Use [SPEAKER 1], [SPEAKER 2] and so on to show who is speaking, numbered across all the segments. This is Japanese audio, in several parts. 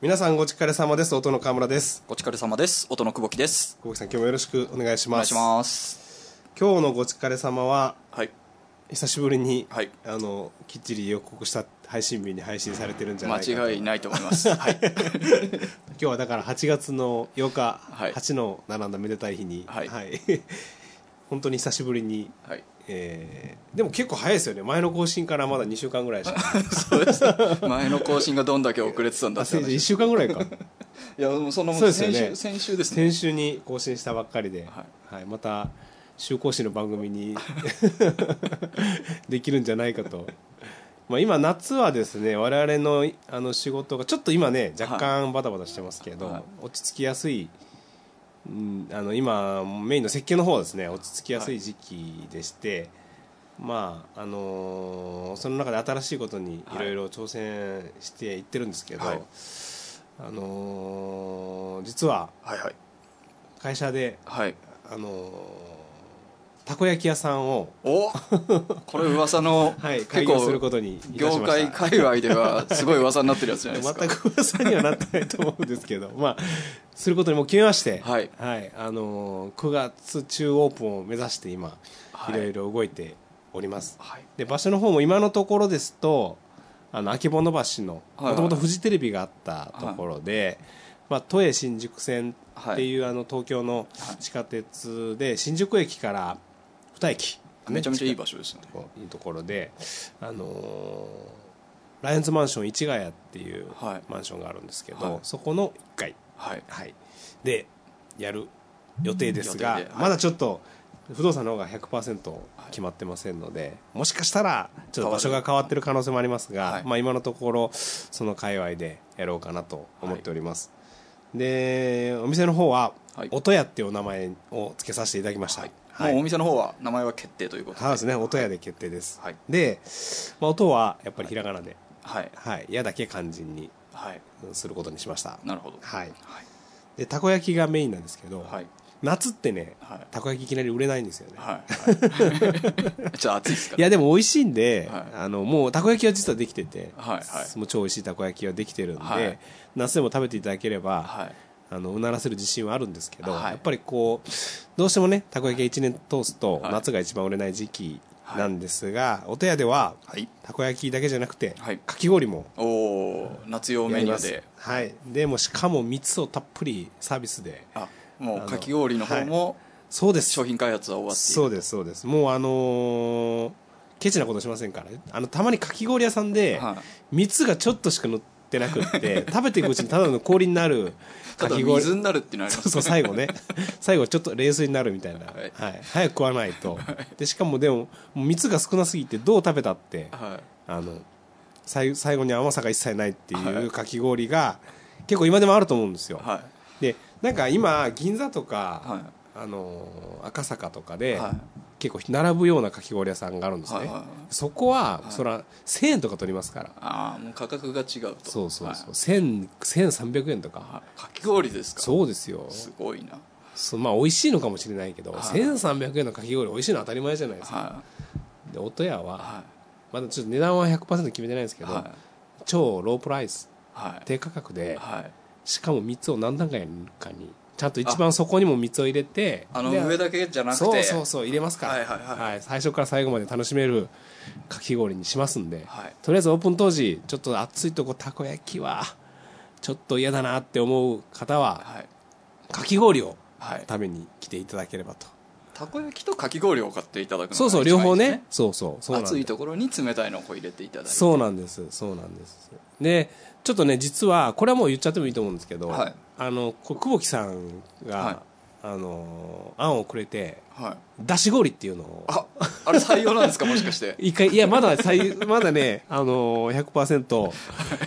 [SPEAKER 1] 皆さんごちかれ様です音の河村です
[SPEAKER 2] お疲れ様です。音の久保木です。
[SPEAKER 1] 久保木さん今日もよろしくお願いし
[SPEAKER 2] お願
[SPEAKER 1] ま
[SPEAKER 2] い
[SPEAKER 1] す
[SPEAKER 2] します。
[SPEAKER 1] 今日のごちかれ様は
[SPEAKER 2] はい。
[SPEAKER 1] 久しぶりに、
[SPEAKER 2] はい
[SPEAKER 1] あのきっちり予告した配信日に配信されてるんじゃないかと
[SPEAKER 2] 間違いないと思います。はい。
[SPEAKER 1] 今日はだから8月の8日、
[SPEAKER 2] はい
[SPEAKER 1] 8の並んだめでたい日 に、
[SPEAKER 2] はい
[SPEAKER 1] 本当に久しぶりに、
[SPEAKER 2] はい。
[SPEAKER 1] えーでも結構早いですよね前の更新からまだ2週間ぐらいしか
[SPEAKER 2] そうです、ね。前の更新が どんだけ遅れてたんだ
[SPEAKER 1] あ
[SPEAKER 2] って
[SPEAKER 1] 先週
[SPEAKER 2] 話。
[SPEAKER 1] 1
[SPEAKER 2] い
[SPEAKER 1] 週間ぐらいか
[SPEAKER 2] や、もうその
[SPEAKER 1] そうですよ
[SPEAKER 2] 先
[SPEAKER 1] ね
[SPEAKER 2] 週、先週ですね。
[SPEAKER 1] 先週に更新したばっかりで、
[SPEAKER 2] は
[SPEAKER 1] はいまた週更新の番組にできるんじゃないかと。まあ、今夏はですね我々のあの仕事がちょっと今ね若干バタバタしてますけど、
[SPEAKER 2] はい
[SPEAKER 1] 落ち着きやすい、うん、あの今メインの設計の方はですね落ち着きやすい時期でして、まああのーその中で新しいことにいろいろ挑戦していってるんですけど、
[SPEAKER 2] はい
[SPEAKER 1] あのー実は
[SPEAKER 2] はいはい。
[SPEAKER 1] 会社で
[SPEAKER 2] はい。
[SPEAKER 1] あのーたこ焼き屋さんを、
[SPEAKER 2] おこれ噂の、
[SPEAKER 1] はい、開
[SPEAKER 2] 結
[SPEAKER 1] 業するこ
[SPEAKER 2] 構、
[SPEAKER 1] とにいたし
[SPEAKER 2] 業
[SPEAKER 1] ました
[SPEAKER 2] 界界隈ではすごい噂になってるやつじゃないですか。
[SPEAKER 1] 全く噂にはなってないと思うんです けどまあすることにもう決めまして、
[SPEAKER 2] はい
[SPEAKER 1] あのー9月中オープンを目指して今、
[SPEAKER 2] はい
[SPEAKER 1] い、ろいろ動いております
[SPEAKER 2] はい。
[SPEAKER 1] で場所の方も今のところですとあの秋物橋の
[SPEAKER 2] はいはい
[SPEAKER 1] もともとフジテレビがあったところで、まあ、都営新宿線っていう、あの東京の地下鉄で新宿駅から2駅、
[SPEAKER 2] めちゃめちゃいい場所ですよね。
[SPEAKER 1] こういいところで、あのーライオンズマンション市ヶ谷っていう
[SPEAKER 2] はい
[SPEAKER 1] マンションがあるんですけど、
[SPEAKER 2] はい
[SPEAKER 1] そこの1階、
[SPEAKER 2] はい。
[SPEAKER 1] はい、でやる予定ですが、
[SPEAKER 2] 予定ではい
[SPEAKER 1] まだちょっと不動産の方が100%決まってませんので、もしかしたらちょっと場所が変わってる可能性もありますが、
[SPEAKER 2] はい
[SPEAKER 1] まあ、今のところその界隈でやろうかなと思っております、でお店の方は
[SPEAKER 2] はい
[SPEAKER 1] 音屋っていうお名前を付けさせていただきました、はい
[SPEAKER 2] もうお店の方は名前は決定ということで。
[SPEAKER 1] そうですね音屋で決定です、
[SPEAKER 2] はい
[SPEAKER 1] で、まあ、音はやっぱりひらがなで「
[SPEAKER 2] はい。
[SPEAKER 1] はい」矢だけ漢字に
[SPEAKER 2] はい。
[SPEAKER 1] することにしました
[SPEAKER 2] なるほど。
[SPEAKER 1] はい
[SPEAKER 2] はい。
[SPEAKER 1] でたこ焼きがメインなんですけど、
[SPEAKER 2] はい。
[SPEAKER 1] 夏ってね、
[SPEAKER 2] はい
[SPEAKER 1] たこ焼きいきなり売れないんですよね、
[SPEAKER 2] はい。 じゃあ暑いですか
[SPEAKER 1] い、
[SPEAKER 2] ら。
[SPEAKER 1] やでも美味しいんで、
[SPEAKER 2] はい
[SPEAKER 1] あのもうたこ焼きは実はできてて、
[SPEAKER 2] はいはい
[SPEAKER 1] もう超美味しいたこ焼きはできてるんで、
[SPEAKER 2] はい
[SPEAKER 1] 夏でも食べていただければ、
[SPEAKER 2] はい。
[SPEAKER 1] あのうならせる自信はあるんですけど、
[SPEAKER 2] はい
[SPEAKER 1] やっぱりこうどうしてもねたこ焼きが1年通すと、
[SPEAKER 2] はい
[SPEAKER 1] 夏が一番売れない時期なんですが、お手屋では
[SPEAKER 2] はい。
[SPEAKER 1] たこ焼きだけじゃなくて、
[SPEAKER 2] はい
[SPEAKER 1] かき氷も
[SPEAKER 2] おお夏用
[SPEAKER 1] や
[SPEAKER 2] メ
[SPEAKER 1] り
[SPEAKER 2] ニュ
[SPEAKER 1] ま
[SPEAKER 2] ー
[SPEAKER 1] す
[SPEAKER 2] で
[SPEAKER 1] はいでもしかも蜜をたっぷりサービスで
[SPEAKER 2] あもうかき氷の方も
[SPEAKER 1] そうです
[SPEAKER 2] 商品開発は終わっている
[SPEAKER 1] そうですそうですもうあのーケチなことしませんからねあのたまにかき氷屋さんで、
[SPEAKER 2] はい
[SPEAKER 1] 蜜がちょっとしか乗ってなくって 食べていくうちにただの氷になる
[SPEAKER 2] た
[SPEAKER 1] か
[SPEAKER 2] だ
[SPEAKER 1] き氷
[SPEAKER 2] 水になるっていうのはあり
[SPEAKER 1] そ
[SPEAKER 2] ま
[SPEAKER 1] う
[SPEAKER 2] す
[SPEAKER 1] そう最後ね最後ちょっと冷水になるみたいな、
[SPEAKER 2] は
[SPEAKER 1] はいい早く食わないとでしかもでももう蜜が少なすぎてどう食べたって
[SPEAKER 2] はい
[SPEAKER 1] あの最最後に甘さが一切ないって
[SPEAKER 2] はいいう
[SPEAKER 1] かき氷が結構今でもあると思うんですよ、
[SPEAKER 2] は
[SPEAKER 1] でなんか今銀座とか、
[SPEAKER 2] はい
[SPEAKER 1] あのー赤坂とかで、
[SPEAKER 2] はい
[SPEAKER 1] 結構並ぶようなかき氷屋さんがあるんですね、
[SPEAKER 2] はいはいはい
[SPEAKER 1] そこは、そら1000円とか取りますから
[SPEAKER 2] ああもう価格が違うと
[SPEAKER 1] そうそうそう、
[SPEAKER 2] は
[SPEAKER 1] 1000 1300円とか、
[SPEAKER 2] いはいかき氷ですか
[SPEAKER 1] そうですよ
[SPEAKER 2] すごいな
[SPEAKER 1] そうまあ美味しいのかもしれないけど、
[SPEAKER 2] はい
[SPEAKER 1] 1300円のかき氷美味しいの当たり前じゃないですか、
[SPEAKER 2] は
[SPEAKER 1] で音屋
[SPEAKER 2] い
[SPEAKER 1] は
[SPEAKER 2] は
[SPEAKER 1] まだちょっと値段は100%決めてないんですけ
[SPEAKER 2] い
[SPEAKER 1] ど、
[SPEAKER 2] はい
[SPEAKER 1] 超ロープライス
[SPEAKER 2] はい
[SPEAKER 1] 低価格で、
[SPEAKER 2] はい
[SPEAKER 1] しかも蜜を何段階かにちゃんと一番そこにも蜜を入れて
[SPEAKER 2] あの
[SPEAKER 1] で
[SPEAKER 2] 上だけじゃなくて
[SPEAKER 1] そうそうそう入れますから、
[SPEAKER 2] はいはいはい
[SPEAKER 1] 最初から最後まで楽しめるかき氷にしますんで、
[SPEAKER 2] はい
[SPEAKER 1] とりあえずオープン当時ちょっと暑いとこたこ焼きはちょっと嫌だなって思う方は
[SPEAKER 2] はい
[SPEAKER 1] かき氷を
[SPEAKER 2] はい
[SPEAKER 1] 食べに来ていただければと、
[SPEAKER 2] たこ焼きとかき氷を買っていただくのが
[SPEAKER 1] そうそう
[SPEAKER 2] 一番
[SPEAKER 1] 両方ね
[SPEAKER 2] いいです
[SPEAKER 1] そうそうそうなんです
[SPEAKER 2] 暑いところに冷たいのをこう入れていただいて
[SPEAKER 1] そうなんですそうなんですでちょっとね実はこれはもう言っちゃってもいいと思うんですけど、
[SPEAKER 2] はい
[SPEAKER 1] あのこ久保木さんが、
[SPEAKER 2] は
[SPEAKER 1] あの案をくれて
[SPEAKER 2] はい
[SPEAKER 1] 出し氷っていうのを
[SPEAKER 2] ああれ採用なんですか もしかして
[SPEAKER 1] 一回いやまだ最 まだねあのー100%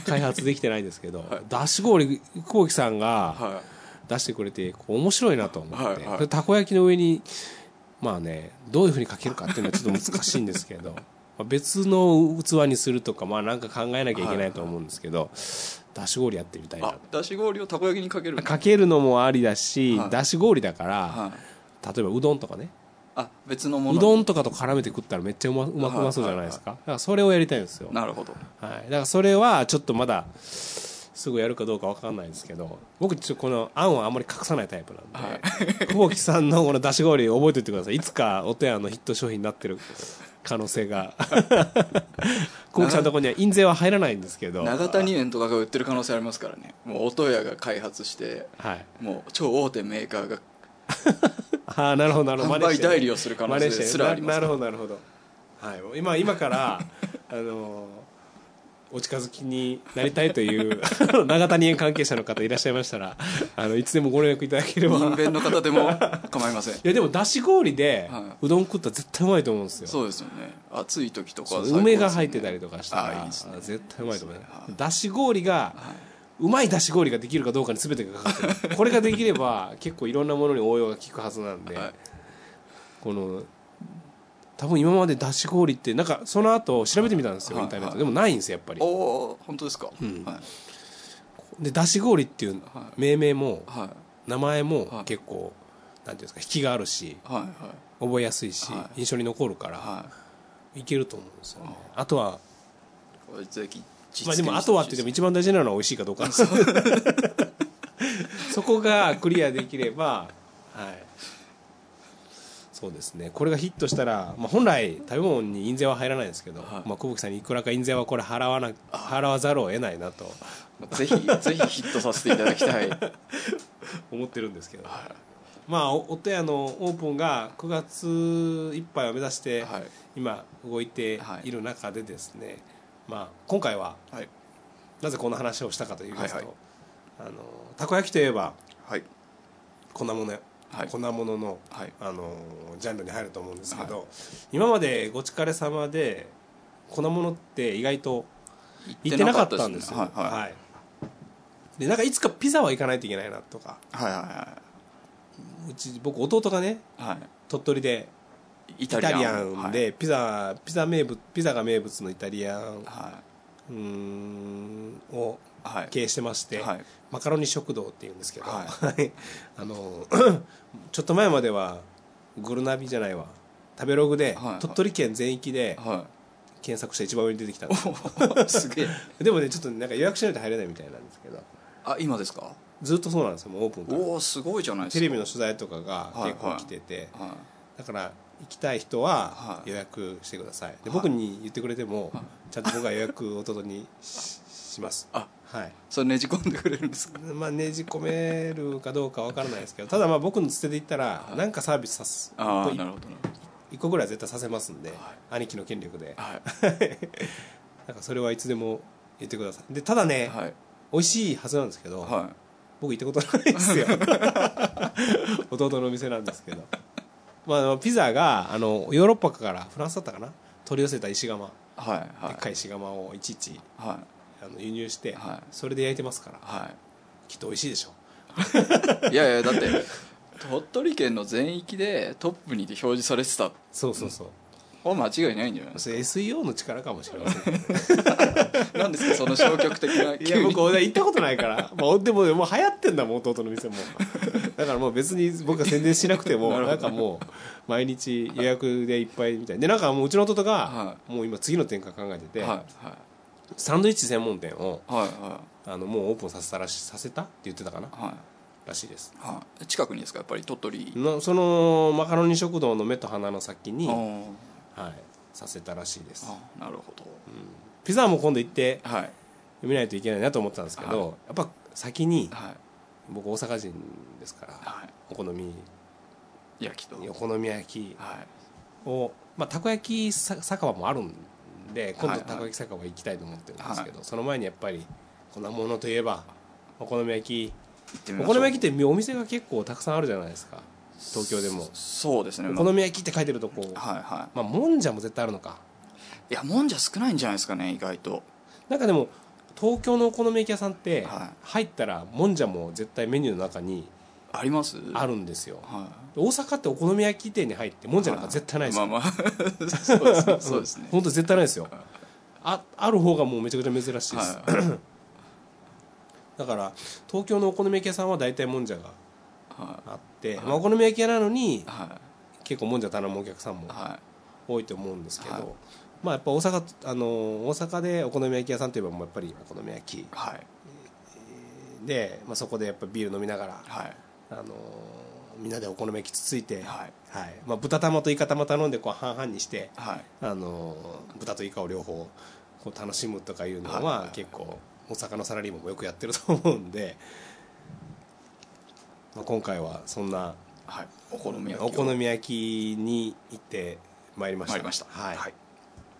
[SPEAKER 1] 開発できてないんですけど、出し氷久保木さんが
[SPEAKER 2] は
[SPEAKER 1] 出してくれてこう面白いなと思って、
[SPEAKER 2] はいはい
[SPEAKER 1] それたこ焼きの上にまあねどういうふうにかけるかっていうのはちょっと難しいんですけ どまあ別の器にするとかまあなんか考えなきゃいけないと思うんですけど、出し氷やってみたい
[SPEAKER 2] い
[SPEAKER 1] な
[SPEAKER 2] あだし氷をたこ焼きにかける
[SPEAKER 1] かけるのもありだし、
[SPEAKER 2] はい
[SPEAKER 1] 出し氷だから、
[SPEAKER 2] はい
[SPEAKER 1] 例えばうどんとかね
[SPEAKER 2] あ別のもの
[SPEAKER 1] うどんとかと絡めて食ったらめっちゃうまうまくうまそうじゃないですか、だからそれをやりたいんですよ
[SPEAKER 2] なるほど
[SPEAKER 1] はい、だからそれはちょっとまだすぐやるかどうかわかんないですけど僕ちょっとこのあんはあんまり隠さないタイプなんで久保木さんのこの出し氷覚えておいてくださいいつかお手屋のヒット商品になってる可能性 が久保木さんのところには印税は入らないんですけど
[SPEAKER 2] 長谷園とかが売ってる可能性ありますからねもう音屋が開発して
[SPEAKER 1] はい
[SPEAKER 2] もう超大手メーカーが
[SPEAKER 1] ああなるほどなるほど
[SPEAKER 2] 販売代理をする可能性すらあります
[SPEAKER 1] な
[SPEAKER 2] か
[SPEAKER 1] る
[SPEAKER 2] ら
[SPEAKER 1] ほどなるほど、はい、今今からあのお近づきになりたいという あの永谷園関係者の方いらっしゃいましたらあのいつでもご連絡いただければ
[SPEAKER 2] 人弁の方でも構いません
[SPEAKER 1] いやでもだし氷で
[SPEAKER 2] は
[SPEAKER 1] うどん食ったら絶対うまいと思うんですよ
[SPEAKER 2] そうですよね暑い時とか
[SPEAKER 1] そ
[SPEAKER 2] は
[SPEAKER 1] う
[SPEAKER 2] 最高ですね
[SPEAKER 1] 梅が入ってたりとかした
[SPEAKER 2] あ
[SPEAKER 1] ら
[SPEAKER 2] あいいですね
[SPEAKER 1] 絶対うまいと思う
[SPEAKER 2] いいですね
[SPEAKER 1] だし氷がうまいだし氷ができるかどうかに全てがかかってるこれができれば結構いろんなものに応用が効くはずなんで、
[SPEAKER 2] はい
[SPEAKER 1] この多分今までだし氷ってなんかその後調べてみたんですよ、
[SPEAKER 2] はい
[SPEAKER 1] インターネット
[SPEAKER 2] はい
[SPEAKER 1] でもないんですよやっぱり
[SPEAKER 2] おお本当ですか、
[SPEAKER 1] ん
[SPEAKER 2] はい
[SPEAKER 1] でだし氷っていう
[SPEAKER 2] は
[SPEAKER 1] 命名も
[SPEAKER 2] はい
[SPEAKER 1] 名前
[SPEAKER 2] は
[SPEAKER 1] も
[SPEAKER 2] い
[SPEAKER 1] 結構なんていうんですか引きがあるし
[SPEAKER 2] はいはい
[SPEAKER 1] 覚えやすいし
[SPEAKER 2] はい
[SPEAKER 1] 印象に残るから
[SPEAKER 2] はい
[SPEAKER 1] けると思うんですよねあとはい
[SPEAKER 2] これぜひ実
[SPEAKER 1] まあで
[SPEAKER 2] 現して
[SPEAKER 1] も
[SPEAKER 2] ほ
[SPEAKER 1] あ
[SPEAKER 2] しい
[SPEAKER 1] とはって言っても一番大事なのは美味しいかどうかなんですよそこがクリアできればはいそうですねこれがヒットしたら、まあ、本来食べ物に印税は入らないんですけど、
[SPEAKER 2] はい
[SPEAKER 1] まあ、久保木さんにいくらか印税はこれ払わな払わざるを得ないなと
[SPEAKER 2] ぜひぜひヒットさせていただき たい
[SPEAKER 1] 思ってるんですけど、まあおおとやのオープンが9月いっぱいを目指して、
[SPEAKER 2] はい
[SPEAKER 1] 今動いて
[SPEAKER 2] はい
[SPEAKER 1] いる中でですね、まあ、今回は
[SPEAKER 2] はい
[SPEAKER 1] なぜこの話をしたかと言いますと、
[SPEAKER 2] はいは
[SPEAKER 1] あのたこ焼きといえば
[SPEAKER 2] はい
[SPEAKER 1] 粉もの、
[SPEAKER 2] はい
[SPEAKER 1] 粉ものの、
[SPEAKER 2] はい
[SPEAKER 1] あのジャンルに入ると思うんですけど、
[SPEAKER 2] は
[SPEAKER 1] 今までごちかれ様で粉ものって意外と行ってなかったんですよ
[SPEAKER 2] はいはい
[SPEAKER 1] はいでなんかいつかピザは行かないといけないなとか
[SPEAKER 2] はいは
[SPEAKER 1] うち僕弟がね
[SPEAKER 2] いはいは
[SPEAKER 1] 鳥取で
[SPEAKER 2] いイ
[SPEAKER 1] イタリアン
[SPEAKER 2] はい
[SPEAKER 1] でピザ,、ピザ名物ピザが名物のイタリアン
[SPEAKER 2] は
[SPEAKER 1] うーんを
[SPEAKER 2] いはい
[SPEAKER 1] 経営してまして、
[SPEAKER 2] はい
[SPEAKER 1] マカロニ食堂っていうんですけど、
[SPEAKER 2] は
[SPEAKER 1] あの ちょっと前まではグルナビじゃないわ食べログで
[SPEAKER 2] はいはい
[SPEAKER 1] 鳥取県全域で
[SPEAKER 2] は
[SPEAKER 1] 検索して一番上に出てきたんですよ
[SPEAKER 2] いすげえ
[SPEAKER 1] でもねちょっとなんか予約しないと入れないみたいなんですけど
[SPEAKER 2] あ今ですか
[SPEAKER 1] ずっとそうなんですよもうオープンから
[SPEAKER 2] おおすごいじゃないですか
[SPEAKER 1] テレビの取材とかが結構来てて、
[SPEAKER 2] は
[SPEAKER 1] だから行きたい人
[SPEAKER 2] は
[SPEAKER 1] はい予約してください、で
[SPEAKER 2] はい
[SPEAKER 1] 僕に言ってくれても、
[SPEAKER 2] はい
[SPEAKER 1] ちゃんと僕は予約を弟にしします
[SPEAKER 2] あ
[SPEAKER 1] はい
[SPEAKER 2] いそれねじ込んでくれるんですか
[SPEAKER 1] まあねじ込めるかどうかわからないですけどただまあ僕のつてで言ったら
[SPEAKER 2] い
[SPEAKER 1] なんかサービスさす
[SPEAKER 2] ああな
[SPEAKER 1] 1
[SPEAKER 2] るほどな
[SPEAKER 1] 個ぐらいは絶対させますんで
[SPEAKER 2] は
[SPEAKER 1] 兄貴の権力で
[SPEAKER 2] は
[SPEAKER 1] なんかそれはいつでも言ってくださいでただ
[SPEAKER 2] い
[SPEAKER 1] ね
[SPEAKER 2] はい
[SPEAKER 1] 美味しいはずなんですけど
[SPEAKER 2] は
[SPEAKER 1] 僕行ったことないです よ弟のお店なんですけどまああのピザがあのヨーロッパからフランスだったかな取り寄せた石窯
[SPEAKER 2] いはい
[SPEAKER 1] でっ
[SPEAKER 2] は
[SPEAKER 1] かい石窯をいちいち
[SPEAKER 2] いはい
[SPEAKER 1] あの輸入して
[SPEAKER 2] はい
[SPEAKER 1] それで焼いてますから
[SPEAKER 2] は
[SPEAKER 1] きっと美味しいでしょ
[SPEAKER 2] いいやいやだって鳥取県の全域でトップにて表示されてた
[SPEAKER 1] そうそうそう
[SPEAKER 2] これ間違いないんじゃないです
[SPEAKER 1] それ SEO の力かもしれません
[SPEAKER 2] かなんですかその消極的ない
[SPEAKER 1] や
[SPEAKER 2] 急に
[SPEAKER 1] 僕俺行ったことない から、まあ、でももう流行ってんだもん弟の店も だからもう別に僕が宣伝しなくても
[SPEAKER 2] な
[SPEAKER 1] な
[SPEAKER 2] るほど
[SPEAKER 1] んかもう毎日予約でいっぱいみたいでなんかもううちの弟
[SPEAKER 2] は
[SPEAKER 1] がもう今次の展開考えてて、
[SPEAKER 2] はいはい
[SPEAKER 1] サンドイッチ専門店を
[SPEAKER 2] はいは
[SPEAKER 1] あのもうオープンさせたらしさせたって言ってたかない
[SPEAKER 2] はい
[SPEAKER 1] らしいです
[SPEAKER 2] はい近くにですかやっぱり鳥取
[SPEAKER 1] のそのマカロニ食堂の目と鼻の先に、
[SPEAKER 2] あ
[SPEAKER 1] はい、
[SPEAKER 2] ー
[SPEAKER 1] させたらしいです
[SPEAKER 2] あなるほど
[SPEAKER 1] ピザも今度行って
[SPEAKER 2] はい
[SPEAKER 1] 見ないといけないなと思ったんですけど、
[SPEAKER 2] はい
[SPEAKER 1] やっぱ先に
[SPEAKER 2] はい
[SPEAKER 1] 僕大阪人ですから
[SPEAKER 2] は
[SPEAKER 1] お好み
[SPEAKER 2] い焼きとはい
[SPEAKER 1] お好み焼きを、まあ、たこ焼きさ酒場もあるんで今
[SPEAKER 2] はい
[SPEAKER 1] 度
[SPEAKER 2] はい
[SPEAKER 1] たこ焼き酒場行きたいと思ってるんですけど、その前にやっぱり粉ものといえばお好み焼き
[SPEAKER 2] 行ってみ
[SPEAKER 1] お
[SPEAKER 2] ましょう
[SPEAKER 1] 好み焼きってお店が結構たくさんあるじゃないですか東京でも
[SPEAKER 2] そうですね
[SPEAKER 1] お
[SPEAKER 2] ま
[SPEAKER 1] 好み焼きって書いてるとこ
[SPEAKER 2] はいは
[SPEAKER 1] まあもんじゃも絶対あるのか
[SPEAKER 2] いいやもんじゃ少ないんじゃないですかね意外と
[SPEAKER 1] なんかでも東京のお好み焼き屋さんって
[SPEAKER 2] は
[SPEAKER 1] 入ったらもんじゃも絶対メニューの中に
[SPEAKER 2] あります
[SPEAKER 1] あるんですよ
[SPEAKER 2] は
[SPEAKER 1] 大阪ってお好み焼き店に入ってもんじゃなんか絶対ないです
[SPEAKER 2] ま
[SPEAKER 1] よ
[SPEAKER 2] あまあそうですねそうですね
[SPEAKER 1] 本当絶対ないですよあある方がもうめちゃくちゃ珍しいです、
[SPEAKER 2] はい
[SPEAKER 1] だから東京のお好み焼き屋さんは大体もんじゃが
[SPEAKER 2] は
[SPEAKER 1] あって、まあ、お好み焼き屋なのに
[SPEAKER 2] いは
[SPEAKER 1] 結構もんじゃ頼むお客さんも
[SPEAKER 2] いは
[SPEAKER 1] 多いと思うんですけど、
[SPEAKER 2] はい
[SPEAKER 1] まあやっぱ大阪あの大阪でお好み焼き屋さんといえばもうやっぱりお好み焼き
[SPEAKER 2] いはい
[SPEAKER 1] で、まあ、そこでやっぱビール飲みながら、
[SPEAKER 2] はい
[SPEAKER 1] あのーみんなでお好み焼きつついて、
[SPEAKER 2] はい
[SPEAKER 1] まあ、豚玉とイカ玉頼んでこう半々にして、
[SPEAKER 2] はい
[SPEAKER 1] あのー豚とイカを両方こう楽しむとかいうの
[SPEAKER 2] はいはいは
[SPEAKER 1] はい結構大阪のサラリーマンもよくやってると思うんで、まあ、今回はそんな
[SPEAKER 2] はいお好み焼き
[SPEAKER 1] お
[SPEAKER 2] を
[SPEAKER 1] 好み焼きに行ってまいりました
[SPEAKER 2] 参りました
[SPEAKER 1] はい
[SPEAKER 2] はい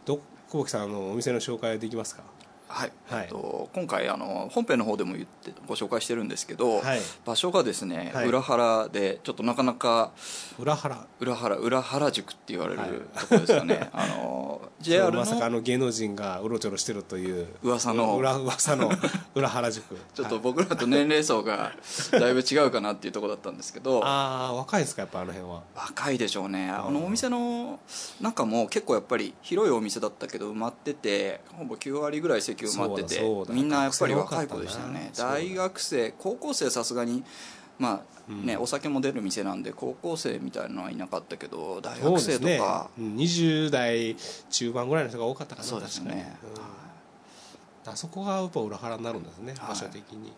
[SPEAKER 1] ど久保木さんあのお店の紹介できますか
[SPEAKER 2] はい
[SPEAKER 1] はい
[SPEAKER 2] えっと今回あの本編の方でも言ってご紹介してるんですけど、
[SPEAKER 1] はい
[SPEAKER 2] 場所がですね、
[SPEAKER 1] はい
[SPEAKER 2] 裏原でちょっとなかなか
[SPEAKER 1] 裏原
[SPEAKER 2] 裏原裏原宿って言われる
[SPEAKER 1] はい
[SPEAKER 2] ところです かね、あの JR の
[SPEAKER 1] まさかあの芸能人がうろちょろしてるという
[SPEAKER 2] 噂の
[SPEAKER 1] 裏噂の裏原宿
[SPEAKER 2] ちょっ
[SPEAKER 1] は
[SPEAKER 2] と
[SPEAKER 1] い
[SPEAKER 2] 僕らと年齢層がだいぶ違うかなっていうところだったんですけど
[SPEAKER 1] ああ若いですかやっぱあの辺は
[SPEAKER 2] 若いでしょうねあ
[SPEAKER 1] うん
[SPEAKER 2] のお店の中も結構やっぱり広いお店だったけど埋まっててほぼ9割ぐらい席埋まってて
[SPEAKER 1] そうだそうだ
[SPEAKER 2] みんなやっぱり若い子でしたよね
[SPEAKER 1] 学生多かったな
[SPEAKER 2] 大学生高校生さすがにまあね、
[SPEAKER 1] うん
[SPEAKER 2] お酒も出る店なんで高校生みたいなのはいなかったけど大学生と
[SPEAKER 1] そ
[SPEAKER 2] か
[SPEAKER 1] うですねうん20代中盤ぐらいの人が多かったかな
[SPEAKER 2] そうですね
[SPEAKER 1] 確かにうんあそこがやっぱ裏腹になるんですね、
[SPEAKER 2] はい
[SPEAKER 1] 場所的に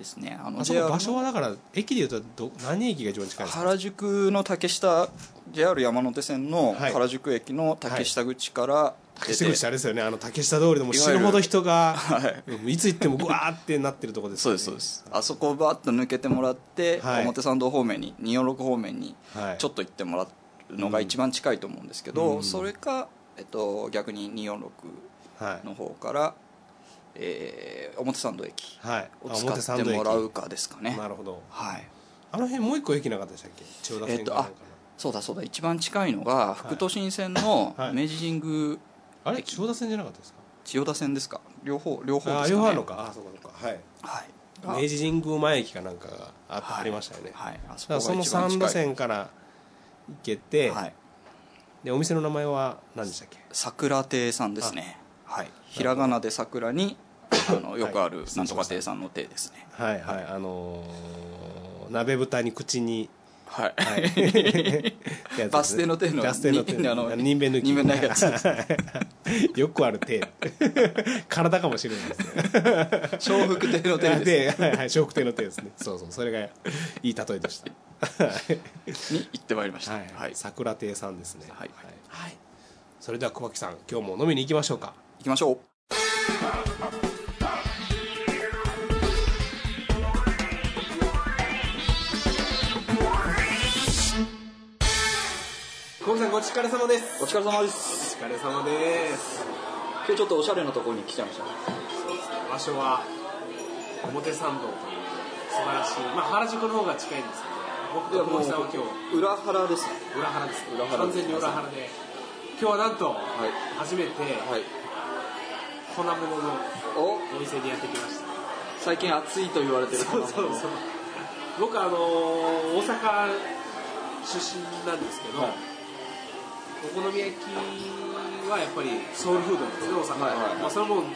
[SPEAKER 2] ですねあの
[SPEAKER 1] あそ
[SPEAKER 2] JR
[SPEAKER 1] こ
[SPEAKER 2] の
[SPEAKER 1] 場所はだから駅でいうとど何駅が一番近いですか
[SPEAKER 2] 原宿の竹下 JR 山手線の
[SPEAKER 1] はい
[SPEAKER 2] 原宿駅の竹下口から
[SPEAKER 1] 竹
[SPEAKER 2] 出
[SPEAKER 1] 下
[SPEAKER 2] て、
[SPEAKER 1] 口あれですよねあの竹下通りのもう
[SPEAKER 2] い
[SPEAKER 1] 死
[SPEAKER 2] わゆる
[SPEAKER 1] ぬほど人が
[SPEAKER 2] はい
[SPEAKER 1] うんいつ行ってもぐわーってなってるとこです
[SPEAKER 2] そう
[SPEAKER 1] よね
[SPEAKER 2] ですそうですあそこをバーッと抜けてもらって、
[SPEAKER 1] はい
[SPEAKER 2] 表参道方面に246方面に
[SPEAKER 1] はい
[SPEAKER 2] ちょっと行ってもらうのが一番近いと思うんですけ
[SPEAKER 1] う
[SPEAKER 2] ど、
[SPEAKER 1] ん
[SPEAKER 2] それか、えっと、逆に246
[SPEAKER 1] はい
[SPEAKER 2] の方から、えー表参道駅
[SPEAKER 1] はい
[SPEAKER 2] を
[SPEAKER 1] あ
[SPEAKER 2] 使ってもらうかですかね
[SPEAKER 1] なるほど
[SPEAKER 2] はい
[SPEAKER 1] あの辺もう一個駅なかったでしたっけ千代田
[SPEAKER 2] え
[SPEAKER 1] 線
[SPEAKER 2] っ
[SPEAKER 1] か
[SPEAKER 2] と
[SPEAKER 1] なんかの、
[SPEAKER 2] そうだそうだ一番近いのが副都心線の
[SPEAKER 1] はい
[SPEAKER 2] 明治神宮
[SPEAKER 1] あれ千代田線じゃなかったですか
[SPEAKER 2] 千代田線ですか両方両方ですか、ね、
[SPEAKER 1] あ両方あるのかあそうかそうかはい
[SPEAKER 2] はいが
[SPEAKER 1] 明治神宮前駅かなんかがあ,、
[SPEAKER 2] はい
[SPEAKER 1] ありましたよね、
[SPEAKER 2] はいあそ
[SPEAKER 1] だからそ
[SPEAKER 2] こが
[SPEAKER 1] の
[SPEAKER 2] 一番
[SPEAKER 1] 3
[SPEAKER 2] 近
[SPEAKER 1] 路
[SPEAKER 2] い
[SPEAKER 1] 線から行けて、
[SPEAKER 2] はい
[SPEAKER 1] でお店の名前は何でしたっけ
[SPEAKER 2] 桜亭さんですねはいひらがなで 桜にあのよくあるなんとか亭さんの亭ですね
[SPEAKER 1] はいはいあのー鍋豚に口に、
[SPEAKER 2] はい
[SPEAKER 1] はい ってやつですね
[SPEAKER 2] バス停の停の
[SPEAKER 1] バス停の停
[SPEAKER 2] に
[SPEAKER 1] の
[SPEAKER 2] あの
[SPEAKER 1] 人弁抜き
[SPEAKER 2] 人弁抜き
[SPEAKER 1] はい よくある手 体かもしれないですね
[SPEAKER 2] 笑福亭の亭で
[SPEAKER 1] で、はいはい、笑福亭の手ですねそうそうそれがいい例えでした
[SPEAKER 2] すに行ってまいりました
[SPEAKER 1] は
[SPEAKER 2] はいい、はい
[SPEAKER 1] 桜亭さんですね
[SPEAKER 2] はい
[SPEAKER 1] はいそれでは小牧さん今日も飲みに行きましょうか
[SPEAKER 2] 行きましょう
[SPEAKER 1] 小牧さんごちそうさまです
[SPEAKER 2] お疲れ様です
[SPEAKER 1] お疲れ様です
[SPEAKER 2] 今日ちょっとおしゃれなところに来ちゃいましたね
[SPEAKER 1] 場所は表参道という素晴らしいまあ原宿の方が近いんですけど僕
[SPEAKER 2] で
[SPEAKER 1] と
[SPEAKER 2] は
[SPEAKER 1] 小
[SPEAKER 2] も
[SPEAKER 1] 牧さんは今日
[SPEAKER 2] う裏腹ですね
[SPEAKER 1] 裏腹です
[SPEAKER 2] 裏腹
[SPEAKER 1] 完全に裏腹で今日はなんと
[SPEAKER 2] はい
[SPEAKER 1] 初めて
[SPEAKER 2] はい
[SPEAKER 1] 粉物の
[SPEAKER 2] お
[SPEAKER 1] お店にやってきました
[SPEAKER 2] 最近暑いと言われてる
[SPEAKER 1] そうそうそう僕あのー大阪出身なんですけど、
[SPEAKER 2] はい
[SPEAKER 1] お好み焼きはやっぱりソウルフードなんですね大阪は、
[SPEAKER 2] はいはい
[SPEAKER 1] まあ、それもうん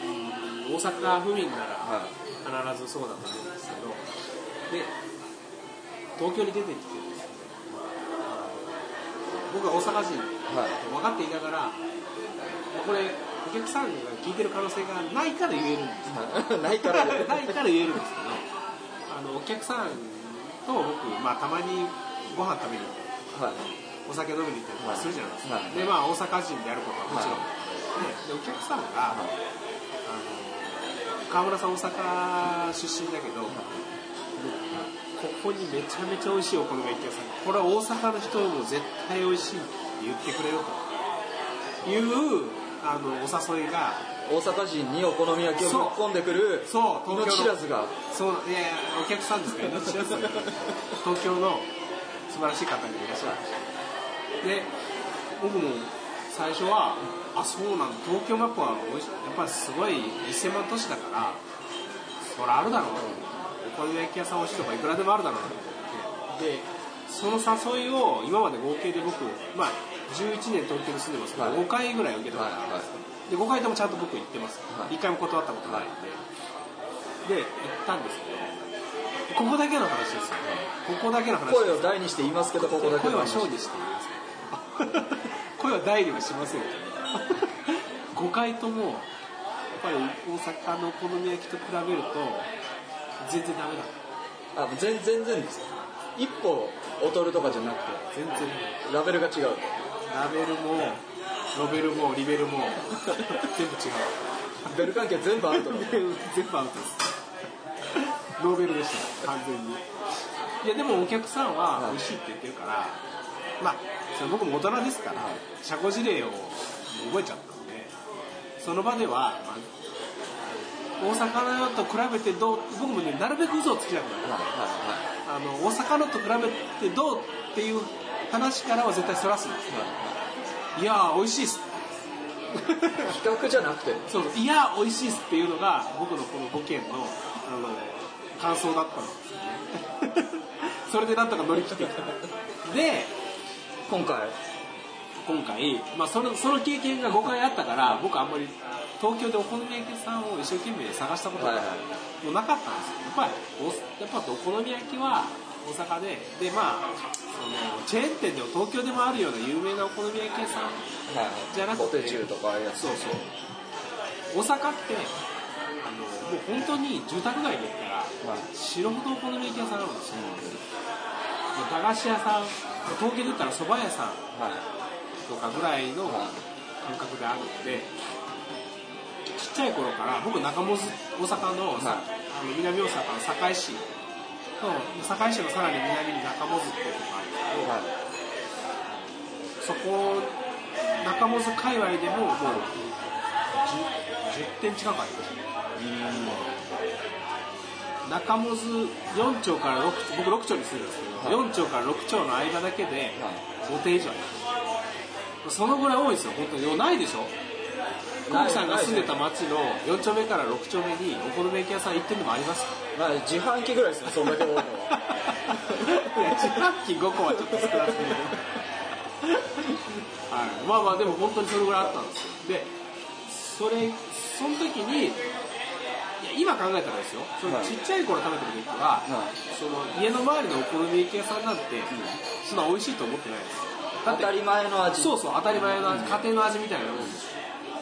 [SPEAKER 1] 大阪府民なら
[SPEAKER 2] は
[SPEAKER 1] 必ずそうだと思うんですけどで東京に出てきてですね僕は大阪人
[SPEAKER 2] いはい
[SPEAKER 1] 分かっていながらまあこれお客さんが聞いてる可能性がないから言えるんですよ
[SPEAKER 2] ないか
[SPEAKER 1] だかららない
[SPEAKER 2] ね
[SPEAKER 1] から言えるんですけどあのお客さんと僕、まあ、たまにご飯食べに行って
[SPEAKER 2] はい
[SPEAKER 1] お酒飲みに行ったりとかするじゃないですか、
[SPEAKER 2] はい
[SPEAKER 1] でまあ大阪人であることはもちろん、
[SPEAKER 2] は
[SPEAKER 1] ででお客さんが、
[SPEAKER 2] い
[SPEAKER 1] あの川村さん大阪出身だけど、ここにめちゃめちゃ美味しいお好み焼き屋さんこれは大阪の人も絶対美味しいって言ってくれるというあのお誘いが
[SPEAKER 2] 大阪人にお好み焼きをぶっ込んでくる
[SPEAKER 1] そうそう
[SPEAKER 2] 命
[SPEAKER 1] 東京の
[SPEAKER 2] 知らずが
[SPEAKER 1] そういやいやお客さんですから知らず東京の素晴らしい方にいらっしゃるで僕も最初はあそうなんだ東京マップはおいしやっぱりすごい1000万都市だからそらあるだろうお好み焼き屋さん美味しいとかいくらでもあるだろうってでその誘いを今まで合計で僕まあ11年東京に住んでますけど、
[SPEAKER 2] はい
[SPEAKER 1] 5回ぐらい受けたことあるんですよで5回ともちゃんと僕行ってます、
[SPEAKER 2] はい
[SPEAKER 1] 一1回も断ったことないんで、で行ったんですけどここだけの話ですよ、ここだけの話
[SPEAKER 2] 声
[SPEAKER 1] で
[SPEAKER 2] を大にして言いますけどここだ
[SPEAKER 1] す声
[SPEAKER 2] けの
[SPEAKER 1] は
[SPEAKER 2] 話
[SPEAKER 1] 小にして言います声は大にはしませ ん5回ともやっぱり大阪のお好み焼きと比べると
[SPEAKER 3] 全然ダメだ
[SPEAKER 2] あもう全全然です一歩劣るとかじゃなく
[SPEAKER 3] 全然
[SPEAKER 2] てラベルが違う
[SPEAKER 3] ラベルもロベルもリベルも全部違う
[SPEAKER 2] ベル関係 全部あると思う
[SPEAKER 3] 全部アウトですノーベルでした完全にいやでもお客さんは美味しいって言ってるから、まあそれ僕も大人ですから、社交辞令を覚えちゃったのでその場では、まあ大阪のと比べてどう僕もねなるべく嘘をつきたくない、あの大阪のと比べてどうっていう話からは絶対そらすんですよ、いやー美味しいっす
[SPEAKER 2] 比較じゃなくて
[SPEAKER 3] そうそういや美味しいっすっていうのが僕のこの5件のあの感想だったんですよね それでなんとか乗り切ってきたで
[SPEAKER 2] 今回
[SPEAKER 3] 今回、まあ、そのその経験が5回あったから僕あんまり東京でお好み焼き屋さんを一生懸命探したことが
[SPEAKER 2] はいは
[SPEAKER 3] もうなかったんですよやっぱりおやっぱお好み焼きは大阪ででまあそのチェーン店でも東京でもあるような有名なお好み焼き屋さん
[SPEAKER 2] はい
[SPEAKER 3] じゃなく
[SPEAKER 2] ポ
[SPEAKER 3] て
[SPEAKER 2] テチューとかああいうやつ
[SPEAKER 3] そうそう大阪ってあのもう本当に住宅街で言ったら死ぬほどお好み焼き屋さんあるんですよ、もう駄菓子屋さん東京で言ったら蕎麦屋さん
[SPEAKER 2] はい
[SPEAKER 3] とかぐらいの
[SPEAKER 2] は
[SPEAKER 3] 感覚であるのでちっちゃい頃から僕中本大阪の,、
[SPEAKER 2] は
[SPEAKER 3] あの南大阪の堺市の堺市のさらに南に中本っていうとこあるんですけど、
[SPEAKER 2] はい
[SPEAKER 3] そこ中本界隈でももう 10, 10点近くありました中本4丁から6丁僕6丁にするんですけど、4丁から6丁の間だけで5点以上ありますそのぐらい多いですよ本当にないでしょ
[SPEAKER 2] ない
[SPEAKER 3] 久木さんが住んでた町の4丁目から6丁目にお好み焼き屋さん行ってるのもあります
[SPEAKER 2] まあ自販機ぐらいですねそんだけ多いのは
[SPEAKER 3] いや自販機5個はちょっと少なすぎる、はい、まあまあでも本当にそれぐらいあったんですよでそれその時にいや今考えたらですよその
[SPEAKER 2] はい
[SPEAKER 3] ちっちゃい頃食べてる時
[SPEAKER 2] は
[SPEAKER 3] は、
[SPEAKER 2] い
[SPEAKER 3] その家の周りのお好み焼き屋さんなんて、そんな美味しいと思ってないですよ
[SPEAKER 2] 当
[SPEAKER 3] だって
[SPEAKER 2] たり前の味
[SPEAKER 3] そうそう当たり前の味家庭の味みたいなもんです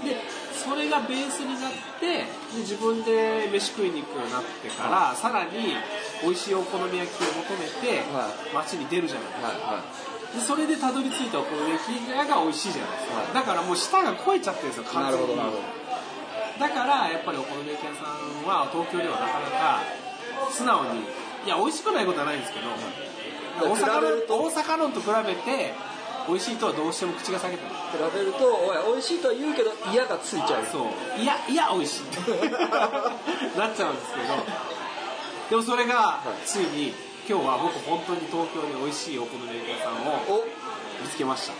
[SPEAKER 3] でそれがベースになってで自分で飯食いに行くようになってからさらに美味しいお好み焼きを求めて
[SPEAKER 2] は
[SPEAKER 3] 街に出るじゃな
[SPEAKER 2] は
[SPEAKER 3] い
[SPEAKER 2] いは
[SPEAKER 3] でそれでたどり着いたお好み焼き屋が美味しいじゃないです
[SPEAKER 2] はい
[SPEAKER 3] かだからもう舌が肥えちゃってるんですよ
[SPEAKER 2] いな
[SPEAKER 3] 完
[SPEAKER 2] る
[SPEAKER 3] 全
[SPEAKER 2] ほ
[SPEAKER 3] に
[SPEAKER 2] どなるほど
[SPEAKER 3] だからやっぱりお好み焼き屋さんは東京ではなかなか素直にいや美味しくないことはないんですけど大阪
[SPEAKER 2] 比べると
[SPEAKER 3] の大阪のと比べて美味しいとはどうしても口が裂けてる
[SPEAKER 2] 比べるとおい美味しいとは言うけど嫌がついちゃう
[SPEAKER 3] そういやいや 美味しいなっちゃうんですけどでもそれが
[SPEAKER 2] はい
[SPEAKER 3] ついに今日は僕本当に東京に美味しいお好み焼き屋さんを
[SPEAKER 2] お
[SPEAKER 3] 見つけました